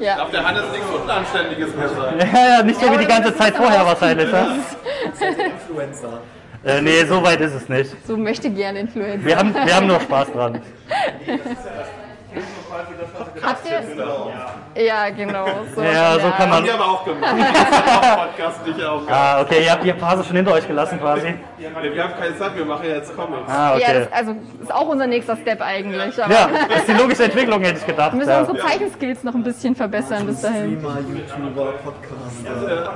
S4: Ja.
S10: Der Hannes nichts Unanständiges mehr sein.
S1: Ja, ja, nicht so wie die ganze Zeit vorher wahrscheinlich. ne? Ja?
S10: Influencer.
S1: Äh, nee, so weit ist es nicht.
S4: So möchte gerne Influencer.
S1: Wir haben, wir haben nur Spaß dran.
S4: Habt ihr? Ja, genau. So
S1: Ja, so kann man.
S10: Die haben wir auch gemacht. Auch Podcast nicht auch. gemacht.
S1: Ah, okay, ihr habt die Phase schon hinter euch gelassen quasi.
S10: Wir haben keine Zeit, wir machen jetzt Comics.
S1: Ah,
S4: Ja,
S1: okay.
S4: das, also ist auch unser nächster Step eigentlich. Aber
S1: Ja,
S4: wir
S1: das ist die logische Entwicklung, hätte ich gedacht.
S4: müssen
S1: Ja.
S4: unsere Zeichenskills noch ein bisschen verbessern bis dahin.
S8: Streamer, YouTuber, Podcaster,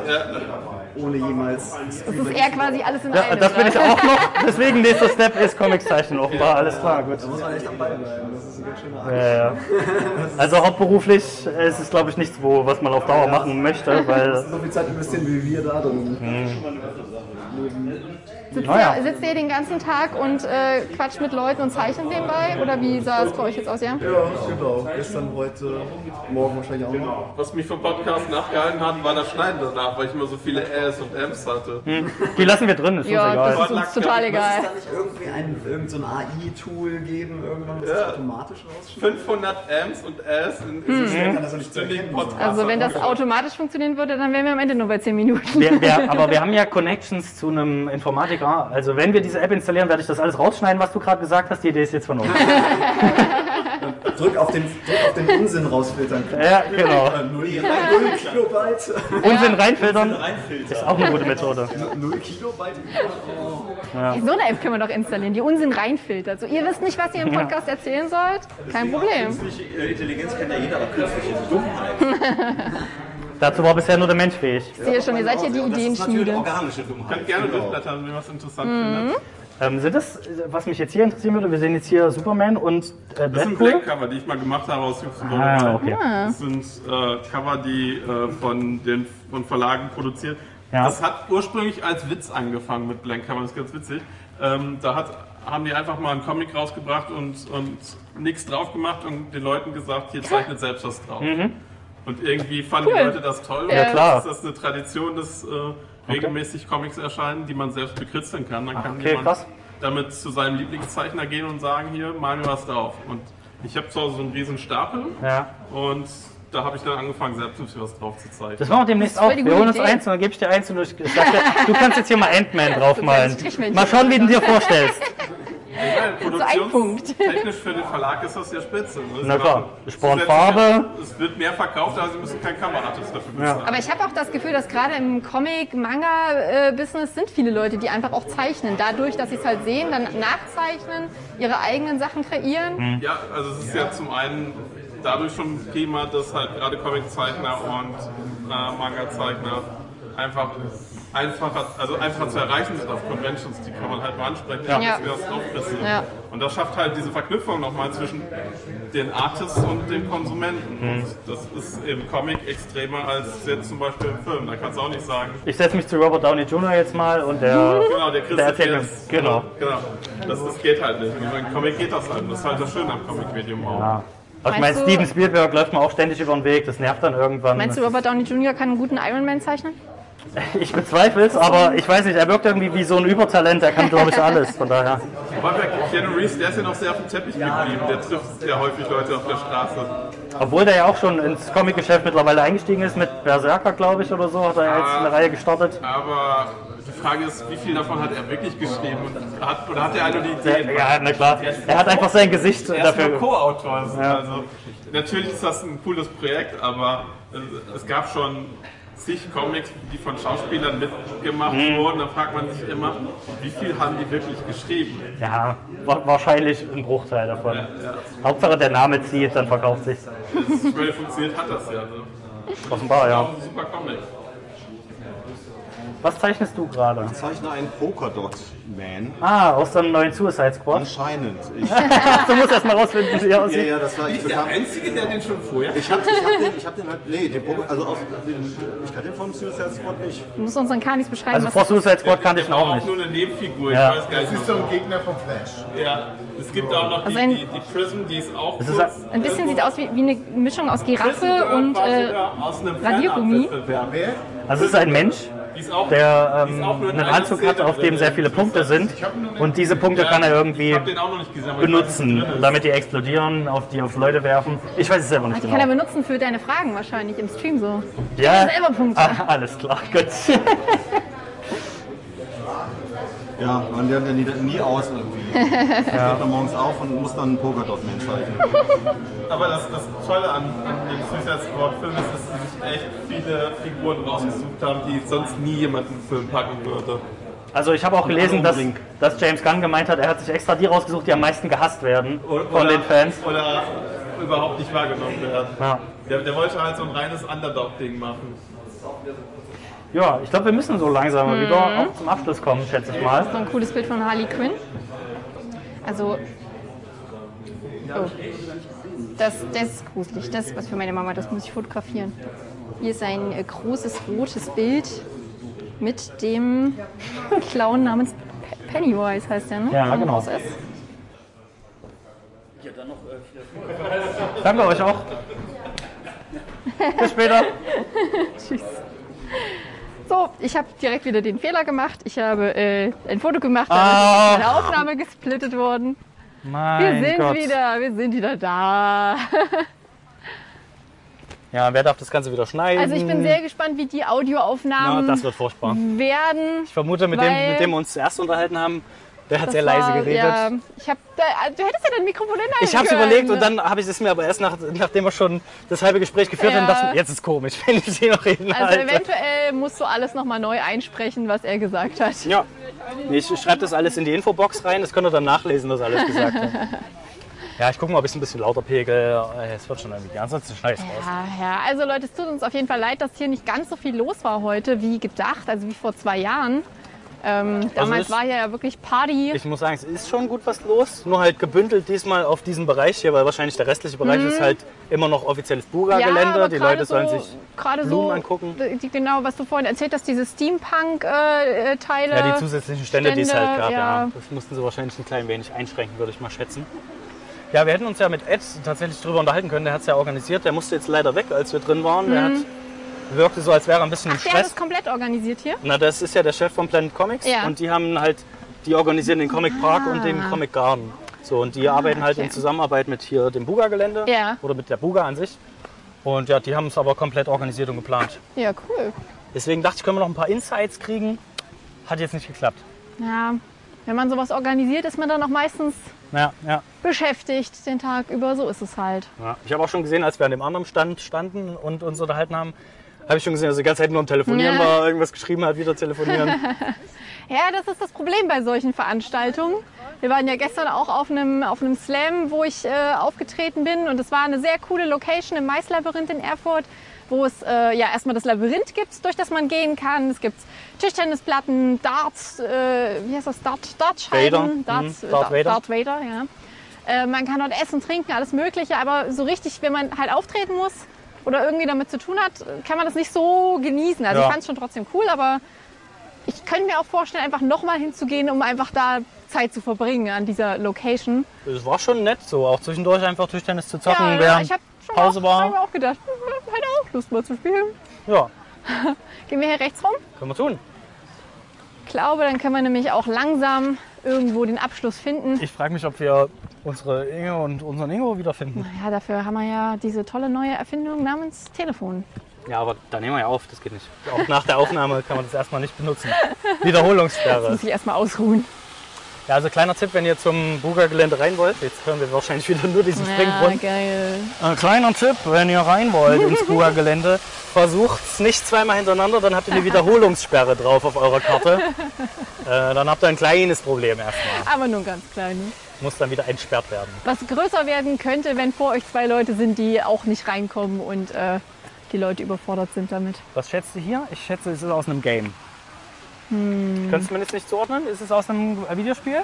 S8: ohne jemals
S4: Das ist eher quasi alles in
S1: Ja,
S4: einem.
S1: Äh, das bin
S4: ne?
S1: ich auch noch. Deswegen nächster Step ist Comiczeichnen offenbar. Alles klar, gut.
S8: Da muss man echt am Ball bleiben. Das ist ein ganz schöner Akt.
S1: Ja, ja. Also hauptberuflich ist es, glaube ich, nichts, wo, was man auf Dauer machen möchte, weil
S8: So viel Zeit investieren wie wir da drin.
S4: Sitzt,
S1: Naja.
S4: ihr, sitzt ihr den ganzen Tag und äh, quatscht mit Leuten und zeichnet nebenbei? Oder wie sah es bei euch jetzt aus, ja?
S8: Ja, genau. Gestern, heute, morgen wahrscheinlich auch noch.
S10: Was mich vom Podcast nachgehalten hat, war das Schneiden danach, weil ich immer so viele S und M's hatte.
S1: die lassen wir drin, ist uns
S4: Ja,
S1: egal.
S4: das ist uns total
S8: Muss es
S4: egal.
S8: da nicht irgendwie ein, irgend so ein AI-Tool geben, irgendwann, das das automatisch rausschneidet?
S10: 500 M's und S in diesem
S8: Ich kann das doch nicht zu
S10: ständigen
S8: erkennen sein.
S10: Podcast.
S4: Also wenn das automatisch funktionieren würde, dann wären wir am Ende nur bei 10 Minuten.
S1: Wir, wir, aber wir haben ja Connections zu einem Informatiker. Also wenn wir diese App installieren, werde ich das alles rausschneiden, was du gerade gesagt hast. Die Idee ist jetzt von uns.
S8: Drück auf den, drück auf den Unsinn rausfiltern.
S1: Ja, genau.
S8: Null, null Kilobyte.
S1: Unsinn reinfiltern
S10: Reinfiltern.
S1: ist auch eine gute Methode.
S8: Null Kilobyte.
S4: So eine App können wir doch installieren, die Unsinn reinfiltert. So, ihr wisst nicht, was ihr im Podcast erzählen sollt? Kein Problem.
S10: Künstliche Intelligenz kennt ja jeder, aber künstliche Dummheit.
S1: Dazu war bisher nur der Mensch fähig.
S4: Ich sehe schon, ihr seid hier die Ideenschmiede.
S8: organische Dummheit.
S10: Könnt gerne durchblättern, wenn ihr was interessant findet.
S1: Ähm, sind das, was mich jetzt hier interessieren würde, wir sehen jetzt hier Superman und äh,
S10: Das sind
S1: Deadpool.
S10: Black-Cover, die ich mal gemacht habe aus Jüngsten
S1: Ah, okay.
S10: Das sind äh, Cover, die äh, von den von Verlagen produziert.
S1: Ja.
S10: Das hat ursprünglich als Witz angefangen mit Blank Cover, das ist ganz witzig. Ähm, da hat, haben die einfach mal einen Comic rausgebracht und, und nichts drauf gemacht und den Leuten gesagt, hier zeichnet selbst was drauf. Und irgendwie fanden die Leute das toll.
S1: Mhm. Ja,
S10: und
S1: klar.
S10: Das ist eine Tradition, dass äh, regelmäßig Comics erscheinen, die man selbst bekritzeln kann. Dann kann
S1: okay,
S10: jemand
S1: krass.
S10: damit zu seinem Lieblingszeichner gehen und sagen, hier, mal mir was drauf. Und ich habe zu Hause so einen riesen Stapel
S1: Ja.
S10: und da habe ich dann angefangen, selbst ein bisschen was drauf zu zeichnen.
S1: Das machen wir demnächst
S4: Das ist
S1: auch.
S4: voll die
S1: Wir
S4: gute
S1: holen uns
S4: Idee.
S1: eins und dann gebe ich dir eins und du, ich sag dir, du kannst jetzt hier mal Ant-Man draufmalen.
S4: Du kannst- ich-
S1: Mal schauen, wie du dir vorstellst.
S10: Ja,
S4: ein Punkt.
S10: Produktionstechnisch für den Verlag ist das ja spitze. ne?
S1: Na
S10: Sie
S1: klar.
S10: machen-
S1: Sie sparen
S10: sie setzen-
S1: Farbe.
S10: Es wird mehr verkauft, aber sie müssen kein Kameraatis dafür bezahlen.
S1: Ja.
S4: Aber ich habe auch das Gefühl, dass gerade im Comic-Manga-Business sind viele Leute, die einfach auch zeichnen. Dadurch, dass sie es halt sehen, dann nachzeichnen, ihre eigenen Sachen kreieren.
S10: Ja, also es ist ja zum einen dadurch schon prima, dass halt gerade Comiczeichner und äh, Manga-Zeichner einfach einfacher, also einfacher zu erreichen sind auf Conventions, die kann man halt mal ansprechen, ja.
S4: Ja.
S10: das draufpressen.
S4: Ja.
S10: Und das schafft halt diese Verknüpfung nochmal zwischen den Artists und dem Konsumenten. Und das ist im Comic extremer als jetzt zum Beispiel im Film. Da kannst du auch nicht sagen,
S1: Ich setze mich zu Robert Downey Jr. jetzt mal und der.
S10: Genau, der Chris
S1: Der
S10: erzählt
S1: erzählt
S10: das.
S1: mir- genau.
S10: genau. Das, das geht halt nicht. Und Beim Comic geht das halt. Und Das ist halt das Schöne am Comic-Medium auch.
S1: Aber ich meine,
S4: Meinst du-
S1: Steven Spielberg läuft mir auch ständig über den Weg, das nervt dann irgendwann.
S4: Meinst du, Robert Downey Jr. kann einen guten Iron Man zeichnen?
S1: Ich bezweifle es, aber ich weiß nicht, er wirkt irgendwie wie so ein Übertalent, er kann glaube ich alles, von daher.
S10: Aber bei Keanu Reeves, der ist ja noch sehr auf dem Teppich geblieben. Der trifft sehr häufig Leute auf der Straße.
S1: Obwohl der ja auch schon ins Comic-Geschäft mittlerweile eingestiegen ist, mit Berserker glaube ich oder so, hat er ja jetzt eine Reihe gestartet.
S10: Aber die Frage ist, wie viel davon hat er wirklich geschrieben? Und hat, oder hat er eine Idee?
S1: Ja, na klar. Er hat einfach sein Gesicht
S10: Er ist nur
S1: dafür.
S10: Co-Autor. Also, natürlich ist das ein cooles Projekt, aber äh, es gab schon zig Comics, die von Schauspielern mitgemacht
S1: Mhm.
S10: wurden. Da fragt man sich immer, wie viel haben die wirklich geschrieben?
S1: Ja, wa- wahrscheinlich ein Bruchteil davon. Hauptsache der Name zieht, dann verkauft sich.
S10: Dass es schnell funktioniert, hat das ja. Ne?
S1: Offenbar, ja.
S10: Ein super Comic.
S1: Was zeichnest du gerade?
S8: Ich zeichne einen Polkadot-Man.
S1: Ah, aus dem neuen Suicide Squad.
S8: Anscheinend. Ich,
S1: Du musst erst mal rausfinden, wie er
S8: ja,
S1: aussieht.
S8: ja, das war ich bekam.
S10: Einzige, der den schon vorher
S8: Ich hab, ich hab den, ich hab den halt, nee, den Polka, also aus, den, ich kann den vom Suicide Squad nicht.
S4: Du musst unseren Kanis beschreiben,
S1: Also
S4: was
S1: vor Suicide Squad kannte ich ihn auch
S10: auch
S1: nicht.
S10: nur eine Nebenfigur.
S1: Ja.
S10: Ich weiß gar nicht. Das ist so ein Gegner von Flash. Ja, es gibt auch noch die,
S4: Also ein-
S10: die, die Prism, die ist auch
S1: ist
S10: kurz-
S4: ein bisschen sieht aus wie, wie eine Mischung aus Giraffe und äh,
S10: aus einem
S4: Radiergummi.
S10: Fanart-Wettbewerb.
S1: Also es ist ein Mensch,
S10: Die ist auch,
S1: der
S10: die
S1: ähm,
S10: ist auch nur in
S1: einen
S10: einer
S1: Anzug hat,
S10: Szene
S1: auf dem
S10: drin.
S1: sehr viele Punkte sind. Und diese Punkte kann er
S10: Ich
S1: irgendwie
S10: hab den auch noch nicht gesehen, aber ich weiß,
S1: benutzen,
S10: dass er drin ist.
S1: damit die explodieren, auf die auf Leute werfen. Ich weiß es selber nicht
S4: die kann er
S1: genau.
S4: benutzen für deine Fragen wahrscheinlich im Stream so.
S1: Ja,
S4: selber Punkte.
S1: ah, alles klar, gut.
S8: Ja, man lernt ja nie, nie aus irgendwie. Ich steht dann morgens auf und muss dann einen Polkadot-Man zeichnen.
S10: Aber das, das Tolle an, an dem Suicide Squad-Film ist, dass sie sich echt viele Figuren rausgesucht haben, die sonst nie jemand in den Film packen würde.
S1: Also ich habe auch gelesen, dass,
S8: umbringen.
S1: dass James Gunn gemeint hat, er hat sich extra die rausgesucht, die am meisten gehasst werden von den Fans.
S10: Oder überhaupt nicht wahrgenommen werden.
S1: Ja,
S10: Der, der wollte halt so ein reines Underdog-Ding machen.
S1: ja ich glaube, wir müssen so langsam
S4: Hm.
S1: mal wieder auch zum Abschluss kommen, schätze ich mal.
S4: So ein cooles Bild von Harley Quinn. Also. Oh. Das, das ist gruselig. Das ist was für meine Mama. Das muss ich fotografieren. Hier ist ein äh, großes rotes Bild mit dem Clown namens Pe- Pennywise, heißt der, ne?
S1: Ja,
S4: Von
S1: genau.
S4: Haus S.
S1: Danke euch auch. Bis später.
S4: So, ich habe direkt wieder den Fehler gemacht. Ich habe äh, ein Foto gemacht,
S1: Ah.
S4: dann ist meine Aufnahme gesplittet worden. Wir
S1: Mein
S4: sind
S1: Gott.
S4: wieder, wir sind wieder da.
S1: Ja, wer darf das Ganze wieder schneiden?
S4: Also ich bin sehr gespannt, wie die Audioaufnahmen
S1: das wird furchtbar.
S4: werden.
S1: Ich vermute, mit dem,
S4: Weil-
S1: mit dem wir uns zuerst unterhalten haben, der hat sehr
S4: Das
S1: leise
S4: war-
S1: geredet.
S4: Ja, ich hab da, äh, du hättest ja dein Mikrofon hinhalten
S1: Ich habe es
S4: können.
S1: überlegt und dann habe ich es mir aber erst nach, nachdem wir schon das halbe Gespräch geführt
S4: Ja.
S1: haben, dachte ich, jetzt ist komisch, wenn ich den noch reden
S4: Also
S1: halte.
S4: eventuell musst du alles nochmal neu einsprechen, was er gesagt hat.
S1: Ja. Nee, ich schreibe das alles in die Infobox rein, das könnt ihr dann nachlesen, was er alles gesagt hat. Ja, ich gucke mal, ob ich es ein bisschen lauter pegel. Äh, Es wird schon irgendwie. Ansonsten schneide ich raus.
S4: Ja, ja, also Leute, es tut uns auf jeden Fall leid, dass hier nicht ganz so viel los war heute, wie gedacht, also wie vor zwei Jahren. Ähm, damals
S1: Also es-
S4: war hier ja wirklich Party.
S1: Ich muss sagen, es ist schon gut was los, nur halt gebündelt diesmal auf diesem Bereich hier, weil wahrscheinlich der restliche Bereich ist halt immer noch offizielles Buga-Gelände.
S4: Mhm. aber
S1: die
S4: gerade
S1: Leute sollen
S4: so,
S1: sich
S4: gerade
S1: Blumen
S4: so,
S1: angucken.
S4: Die, genau, was du vorhin erzählt hast, diese Steampunk-Teile. Äh, Teile.
S1: Ja, die zusätzlichen Stände, die es
S4: Stände,
S1: halt gab, ja.
S4: ja.
S1: Das mussten sie wahrscheinlich ein klein wenig einschränken, würde ich mal schätzen. Ja, wir hätten uns ja mit Ed tatsächlich drüber unterhalten können. Der hat es ja organisiert. Der musste jetzt leider weg, als wir drin waren. Der hat wirkte so, als wäre er ein bisschen im
S4: Mhm. Ach, der hat
S1: Stress.
S4: das komplett organisiert hier?
S1: Na, das ist ja der Chef von Planet Comics
S4: Ja. Ah.
S1: und die haben halt, die organisieren den Comic Park und den Comic Garden. So, und die arbeiten halt in
S4: okay.
S1: Zusammenarbeit mit hier dem Buga-Gelände
S4: Ja.
S1: oder mit der Buga an sich. Und ja, die haben es aber komplett organisiert und geplant.
S4: Ja, cool.
S1: Deswegen dachte ich, können wir noch ein paar Insights kriegen. Hat jetzt nicht geklappt.
S4: Ja, wenn man sowas organisiert, ist man dann auch meistens
S1: Ja, ja.
S4: beschäftigt den Tag über. So ist es halt.
S1: ja. Ich habe auch schon gesehen, als wir an dem anderen Stand standen und uns unterhalten haben, habe ich schon gesehen, dass er die ganze Zeit nur am Telefonieren
S4: Ja.
S1: war, irgendwas geschrieben hat, wieder telefonieren.
S4: Ja, das ist das Problem bei solchen Veranstaltungen. Wir waren ja gestern auch auf einem, auf einem Slam, wo ich äh, aufgetreten bin. Und es war eine sehr coole Location im Maislabyrinth in Erfurt, wo es äh, ja erstmal das Labyrinth gibt, durch das man gehen kann. Es gibt Tischtennisplatten, Darts, äh, wie heißt das? Dart, Dartscheiben.
S1: Vader.
S4: Darts,
S1: Mhm, Darth
S4: äh, Darth
S1: Vader.
S4: Darth Vader, ja. Äh, man kann dort essen, trinken, alles Mögliche. Aber so richtig, wenn man halt auftreten muss oder irgendwie damit zu tun hat, kann man das nicht so genießen. Also
S1: Ja.
S4: ich fand es schon trotzdem cool, aber ich könnte mir auch vorstellen, einfach nochmal hinzugehen, um einfach da Zeit zu verbringen an dieser Location.
S1: Es war schon nett so, auch zwischendurch einfach Tischtennis zu zocken,
S4: ja,
S1: während
S4: ich habe schon
S1: Pause
S4: auch,
S1: war.
S4: hab mir auch gedacht, hm, hätte auch Lust mal zu spielen.
S1: Ja,
S4: Gehen wir hier rechts rum?
S1: können wir tun.
S4: Ich glaube, dann können wir nämlich auch langsam irgendwo den Abschluss finden.
S1: Ich frage mich, ob wir unsere Inge und unseren Ingo wiederfinden.
S4: Ja, dafür haben wir ja diese tolle neue Erfindung namens Telefon.
S1: Ja, aber da nehmen wir ja auf, das geht nicht. Auch nach der Aufnahme kann man das erstmal nicht benutzen. Wiederholungssperre.
S4: Muss ich erstmal ausruhen.
S1: Ja, also kleiner Tipp, wenn ihr zum Buga-Gelände rein wollt, jetzt hören wir wahrscheinlich wieder nur diesen Springbrunnen.
S4: geil.
S1: Ein kleiner Tipp, wenn ihr rein wollt ins Buga-Gelände, versucht es nicht zweimal hintereinander, dann habt ihr eine Wiederholungssperre drauf auf eurer Karte. Äh, dann habt ihr ein kleines Problem erstmal.
S4: Aber nur ein ganz kleines.
S1: Muss dann wieder entsperrt werden.
S4: Was größer werden könnte, wenn vor euch zwei Leute sind, die auch nicht reinkommen und äh, die Leute überfordert sind damit.
S1: Was schätzt du hier? Ich schätze, es ist aus einem Game. Könntest du mir das nicht zuordnen? Ist es aus einem Videospiel?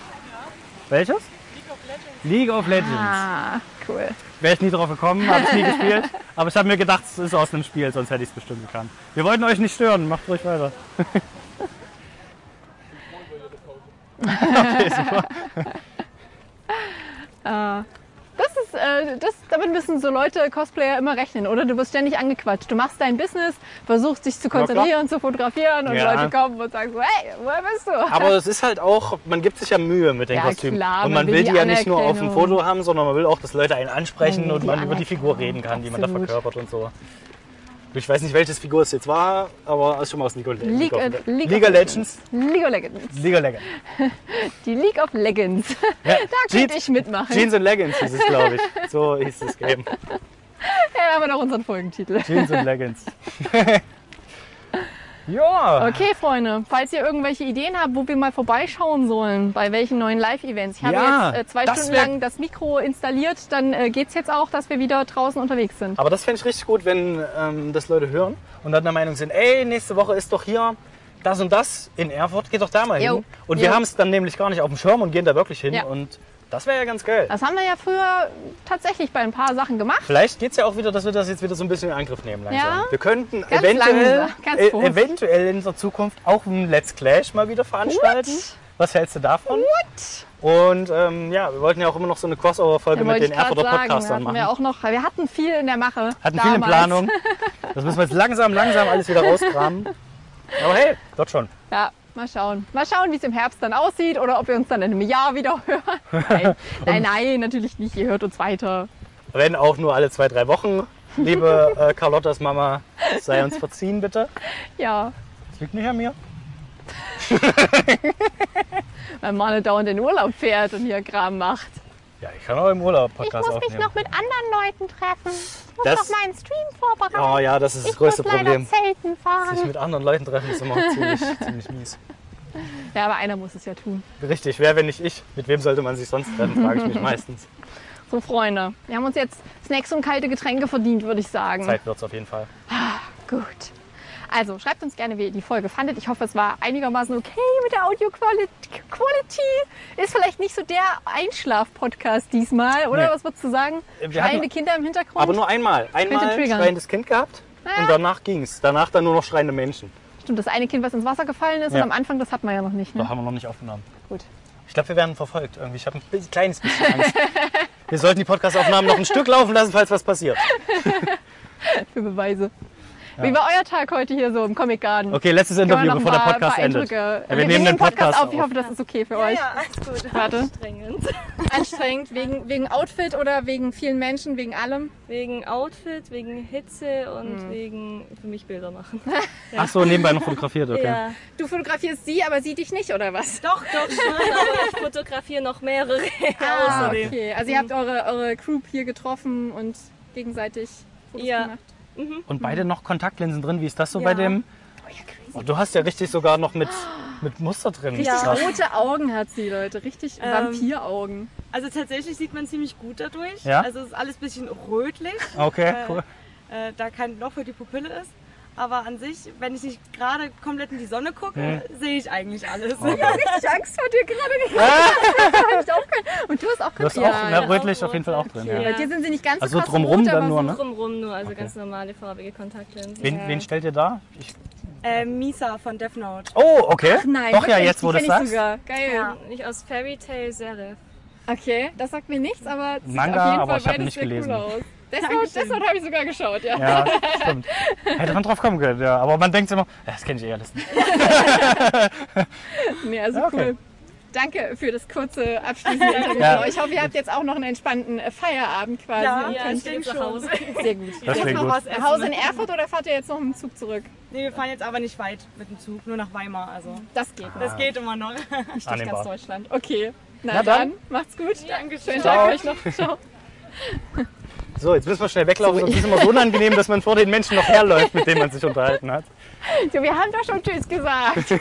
S1: Welches? League of Legends.
S4: Ah, cool.
S1: Wäre ich nie drauf gekommen, habe ich nie gespielt. Aber ich habe mir gedacht, es ist aus einem Spiel, sonst hätte ich es bestimmt gekannt. Wir wollten euch nicht stören, macht ruhig weiter.
S4: Das ist, äh, das, damit müssen so Leute, Cosplayer immer rechnen, oder? Du wirst ständig angequatscht. Du machst dein Business, versuchst dich zu
S1: klar.
S4: konzentrieren, zu fotografieren und
S1: Ja.
S4: Leute kommen und sagen so, hey, woher bist du?
S1: Aber es ist halt auch, man gibt sich ja Mühe mit den
S4: Ja,
S1: Kostümen.
S4: klar,
S1: und man
S4: man will
S1: will die
S4: die
S1: ja nicht nur auf dem
S4: Anerkennung.
S1: Foto haben, sondern man will auch, dass Leute einen ansprechen
S4: Man will
S1: und
S4: die
S1: man über die Figur
S4: Anerkennung,
S1: reden kann, die man da
S4: absolut.
S1: verkörpert und so. Ich weiß nicht, welches Figur es jetzt war, aber es ist schon mal aus League of Legends.
S4: League, äh, League
S1: League of Legends.
S4: League of Legends.
S1: League of Legends.
S4: Die League of Legends.
S1: Ja.
S4: Da könnte ich mitmachen.
S1: Jeans und Leggings hieß es, glaube ich. So hieß das Game.
S4: Ja, da haben wir noch unseren Folgentitel.
S1: Jeans und Leggings. ja.
S4: Okay, Freunde, falls ihr irgendwelche Ideen habt, wo wir mal vorbeischauen sollen, bei welchen neuen Live-Events. Ich habe
S1: Ja,
S4: jetzt äh, zwei
S1: das
S4: Stunden
S1: wär-
S4: lang das Mikro installiert, dann äh, geht's jetzt auch, dass wir wieder draußen unterwegs sind.
S1: Aber das fände ich richtig gut, wenn ähm, das Leute hören und dann der Meinung sind, ey, nächste Woche ist doch hier das und das in Erfurt, geht doch da mal hin.
S4: Jo.
S1: Und wir
S4: Jo.
S1: haben es dann nämlich gar nicht auf dem Schirm und gehen da wirklich hin.
S4: Ja.
S1: Und das wäre ja ganz geil.
S4: Das haben wir ja früher tatsächlich bei ein paar Sachen gemacht.
S1: Vielleicht geht es ja auch wieder, dass wir das jetzt wieder so ein bisschen in Angriff nehmen langsam.
S4: Ja.
S1: Wir könnten
S4: Ganz
S1: eventuell,
S4: langsam, ganz
S1: e
S4: vorsichtig.
S1: eventuell in der Zukunft auch ein Let's Clash mal wieder veranstalten.
S4: What?
S1: Was hältst du davon?
S4: What?
S1: Und ähm, ja, wir wollten ja auch immer noch so eine Crossover-Folge
S4: Ja,
S1: mit
S4: wollte
S1: den
S4: ich gerade
S1: Erfurter
S4: sagen.
S1: Podcastern
S4: hatten
S1: machen.
S4: wir auch noch. Wir hatten viel in der Mache.
S1: Hatten viele
S4: damals.
S1: Planung. Das müssen wir jetzt langsam, langsam alles wieder rauskramen. Aber hey, wird schon.
S4: Ja, mal schauen. Mal schauen, wie es im Herbst dann aussieht oder ob wir uns dann in einem Jahr wieder hören. Nein, nein, nein natürlich nicht. Ihr hört uns weiter.
S1: Wenn auch nur alle zwei, drei Wochen. Liebe äh, Carlottas Mama, sei uns verziehen bitte.
S4: Ja,
S1: Das liegt nicht an mir.
S4: wenn Mane dauernd in den Urlaub fährt und hier Kram macht.
S1: Ja, ich kann auch im Urlaub
S11: Ich
S1: Podcast
S11: muss mich
S1: aufnehmen.
S11: noch mit anderen Leuten treffen. Ich muss
S1: Das-
S11: noch meinen Stream vorbereiten.
S1: Oh ja, das ist das
S11: ich
S1: größte
S11: muss leider
S1: Problem.
S11: Zelten fahren.
S1: Sich mit anderen Leuten treffen ist immer ziemlich, ziemlich mies.
S4: Ja, aber einer muss es ja tun.
S1: Richtig, wer, wenn nicht ich? Mit wem sollte man sich sonst treffen, frage ich mich meistens.
S4: So, Freunde, wir haben uns jetzt Snacks und kalte Getränke verdient, würde ich sagen.
S1: Zeit wird's auf jeden Fall.
S4: Gut. Also, schreibt uns gerne, wie ihr die Folge fandet. Ich hoffe, es war einigermaßen okay mit der Audio-Quality. Ist vielleicht nicht so der Einschlaf-Podcast diesmal, oder?
S1: Nee.
S4: Was würdest du sagen?
S1: Wir
S4: Schreiende
S1: hatten-
S4: Kinder im Hintergrund?
S1: Aber nur einmal. Einmal
S4: triggern.
S1: schreiendes Kind gehabt und danach ging's. Danach dann nur noch schreiende Menschen.
S4: Stimmt, das eine Kind, was ins Wasser gefallen ist
S1: Ja.
S4: und am Anfang, das hat man ja noch nicht.
S1: Da
S4: Ne?
S1: haben wir noch nicht aufgenommen.
S4: Gut.
S1: Ich glaube, wir werden verfolgt irgendwie. Ich habe ein bi- kleines bisschen Angst. wir sollten die Podcast-Aufnahmen noch ein Stück laufen lassen, falls was passiert.
S4: Für Beweise. Wie war euer Tag heute hier so im Comic Garden?
S1: Okay, letztes
S4: Können wir
S1: Interview,
S4: noch ein
S1: bevor der
S4: paar-
S1: Podcast
S4: paar
S1: endet.
S4: Eindrücke-
S1: Ja, wir
S4: wir
S1: nehmen den Podcast
S4: auf. Ich
S1: auf.
S4: hoffe, das ist okay für euch.
S5: Ja, alles gut.
S4: Warte.
S5: Anstrengend.
S4: Anstrengend wegen, wegen Outfit oder wegen vielen Menschen, wegen allem?
S5: Wegen Outfit, wegen Hitze und wegen für mich Bilder machen. Ja.
S1: Ach so, nebenbei noch fotografiert, okay.
S5: Ja.
S4: Du fotografierst sie, aber sie dich nicht, oder was?
S5: Doch, doch schon, aber ich fotografiere noch mehrere
S4: Ah,
S5: außerdem.
S4: okay. Also ihr habt
S5: Mhm.
S4: eure, eure Crew hier getroffen und gegenseitig Fotos
S5: Ja.
S4: gemacht.
S1: Und beide noch Kontaktlinsen drin. Wie ist das so bei
S4: Ja.
S1: dem? Oh, du hast ja richtig sogar noch mit, mit Muster drin.
S4: Richtig
S1: Krass.
S4: rote Augen hat sie, Leute. Richtig
S5: Ähm,
S4: Vampiraugen.
S5: Also tatsächlich sieht man ziemlich gut dadurch.
S1: Ja?
S5: Also es ist alles ein bisschen rötlich.
S1: Okay,
S5: weil,
S1: cool.
S5: Äh, da kein Loch für die Pupille ist. Aber an sich, wenn ich nicht gerade komplett in die Sonne gucke,
S1: Hm.
S5: sehe ich eigentlich alles.
S1: Okay. Ich hab
S4: richtig Angst vor dir gerade Und du hast auch
S1: Du hast auch
S5: Ja,
S1: ne,
S5: ja.
S1: rötlich auf jeden Fall auch drin.
S5: Okay.
S1: Ja.
S5: Bei dir
S4: sind sie nicht ganz
S1: Also drumrum dann nur, ne?
S5: Drumrum nur, also
S1: Okay.
S5: ganz normale farbige Kontaktlinsen.
S1: Wen, wen stellt ihr da? Ich,
S5: Äh,
S4: Ähm,
S5: Misa von Death Note.
S1: oh, okay. Doch ja, jetzt wo du es sagst.
S4: Geil.
S5: Ja, nicht aus Fairy Tale Serif.
S4: Okay, das sagt mir nichts, aber sieht
S1: Manga,
S4: auf jeden
S1: aber
S4: Fall
S1: ich hab
S4: beides
S1: nicht
S4: sehr
S1: gelesen.
S4: cool aus. Deshalb, deshalb habe ich sogar geschaut, ja.
S1: Ja, stimmt. Hätte man drauf kommen können, ja. Aber man denkt immer, ja, das kenne ich eh alles nicht.
S4: nee, also
S1: Ja, okay.
S4: cool. Danke für das kurze abschließende Interview.
S1: Ja.
S4: Ich hoffe, ihr habt jetzt auch noch einen entspannten äh, Feierabend quasi.
S5: Ja,
S4: und
S5: ja,
S4: könnt
S5: ich denke
S4: nach Hause.
S5: schon.
S4: Sehr gut.
S1: Das klingt gut.
S5: essen.
S4: Nach Hause in Erfurt oder fahrt ihr jetzt noch im Zug zurück?
S5: Nee, wir fahren jetzt aber nicht weit mit dem Zug, nur nach Weimar. Also.
S4: Das geht.
S5: Das geht immer noch.
S4: Nicht durch
S1: Annehmbar.
S4: ganz Deutschland. Okay. Na,
S1: Na
S4: dann.
S1: dann.
S4: macht's gut. Dankeschön. Schönen
S1: Ciao.
S4: Tag euch noch. Ciao.
S1: So, jetzt müssen wir schnell weglaufen, sonst ist es immer so unangenehm, dass man vor den Menschen noch herläuft, mit denen man sich unterhalten hat.
S4: So, wir haben doch schon Tschüss gesagt.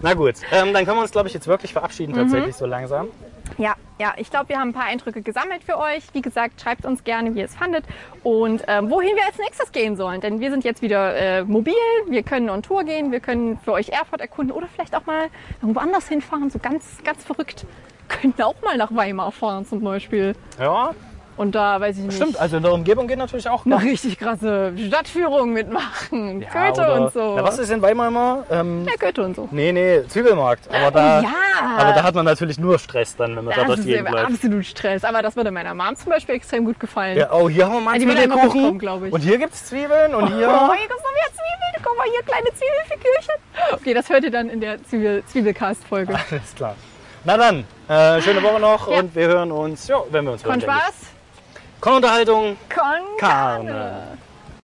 S1: Na gut, ähm, dann können wir uns, glaube ich, jetzt wirklich verabschieden,
S4: Mhm.
S1: tatsächlich so langsam.
S4: Ja, ja, ich glaube, wir haben ein paar Eindrücke gesammelt für euch. Wie gesagt, schreibt uns gerne, wie ihr es fandet und ähm, wohin wir als nächstes gehen sollen. Denn wir sind jetzt wieder äh, mobil, wir können on Tour gehen, wir können für euch Erfurt erkunden oder vielleicht auch mal irgendwo anders hinfahren, so ganz, ganz verrückt. Könnten auch mal nach Weimar fahren zum Beispiel.
S1: Ja,
S4: Und da weiß ich nicht.
S1: stimmt. Also in der Umgebung geht natürlich auch
S4: Eine
S1: noch.
S4: richtig krasse Stadtführung mitmachen. Goethe
S1: oder-
S4: und so.
S1: Na, was ist in Weimar immer? Ähm,
S4: Ja, Goethe und so.
S1: nee, nee, Zwiebelmarkt. Aber da,
S4: Oh ja!
S1: aber da hat man natürlich nur Stress dann, wenn man da
S4: Das
S1: durch
S4: ist
S1: die Gegend
S4: ja
S1: läuft.
S4: absolut Stress. Aber das würde meiner Mom zum Beispiel extrem gut gefallen.
S1: Ja, oh, hier haben wir mal
S4: Die
S1: einen
S4: würde Also immer
S1: Zwiebelkuchen.
S4: mitkommen, glaube ich.
S1: Und hier gibt es Zwiebeln und hier.
S4: Oh, hier gibt's noch mehr Zwiebeln. Guck mal, hier kleine Zwiebelfigürchen. Okay, das hört ihr dann in der Zwiebel Zwiebelcast-Folge.
S1: Alles klar. Na dann, äh, schöne Woche noch und wir hören uns, ja, wenn wir uns
S4: Kon
S1: hören. denke ich.
S4: Spaß.
S1: Konunterhaltung,
S4: Kon
S1: Karne.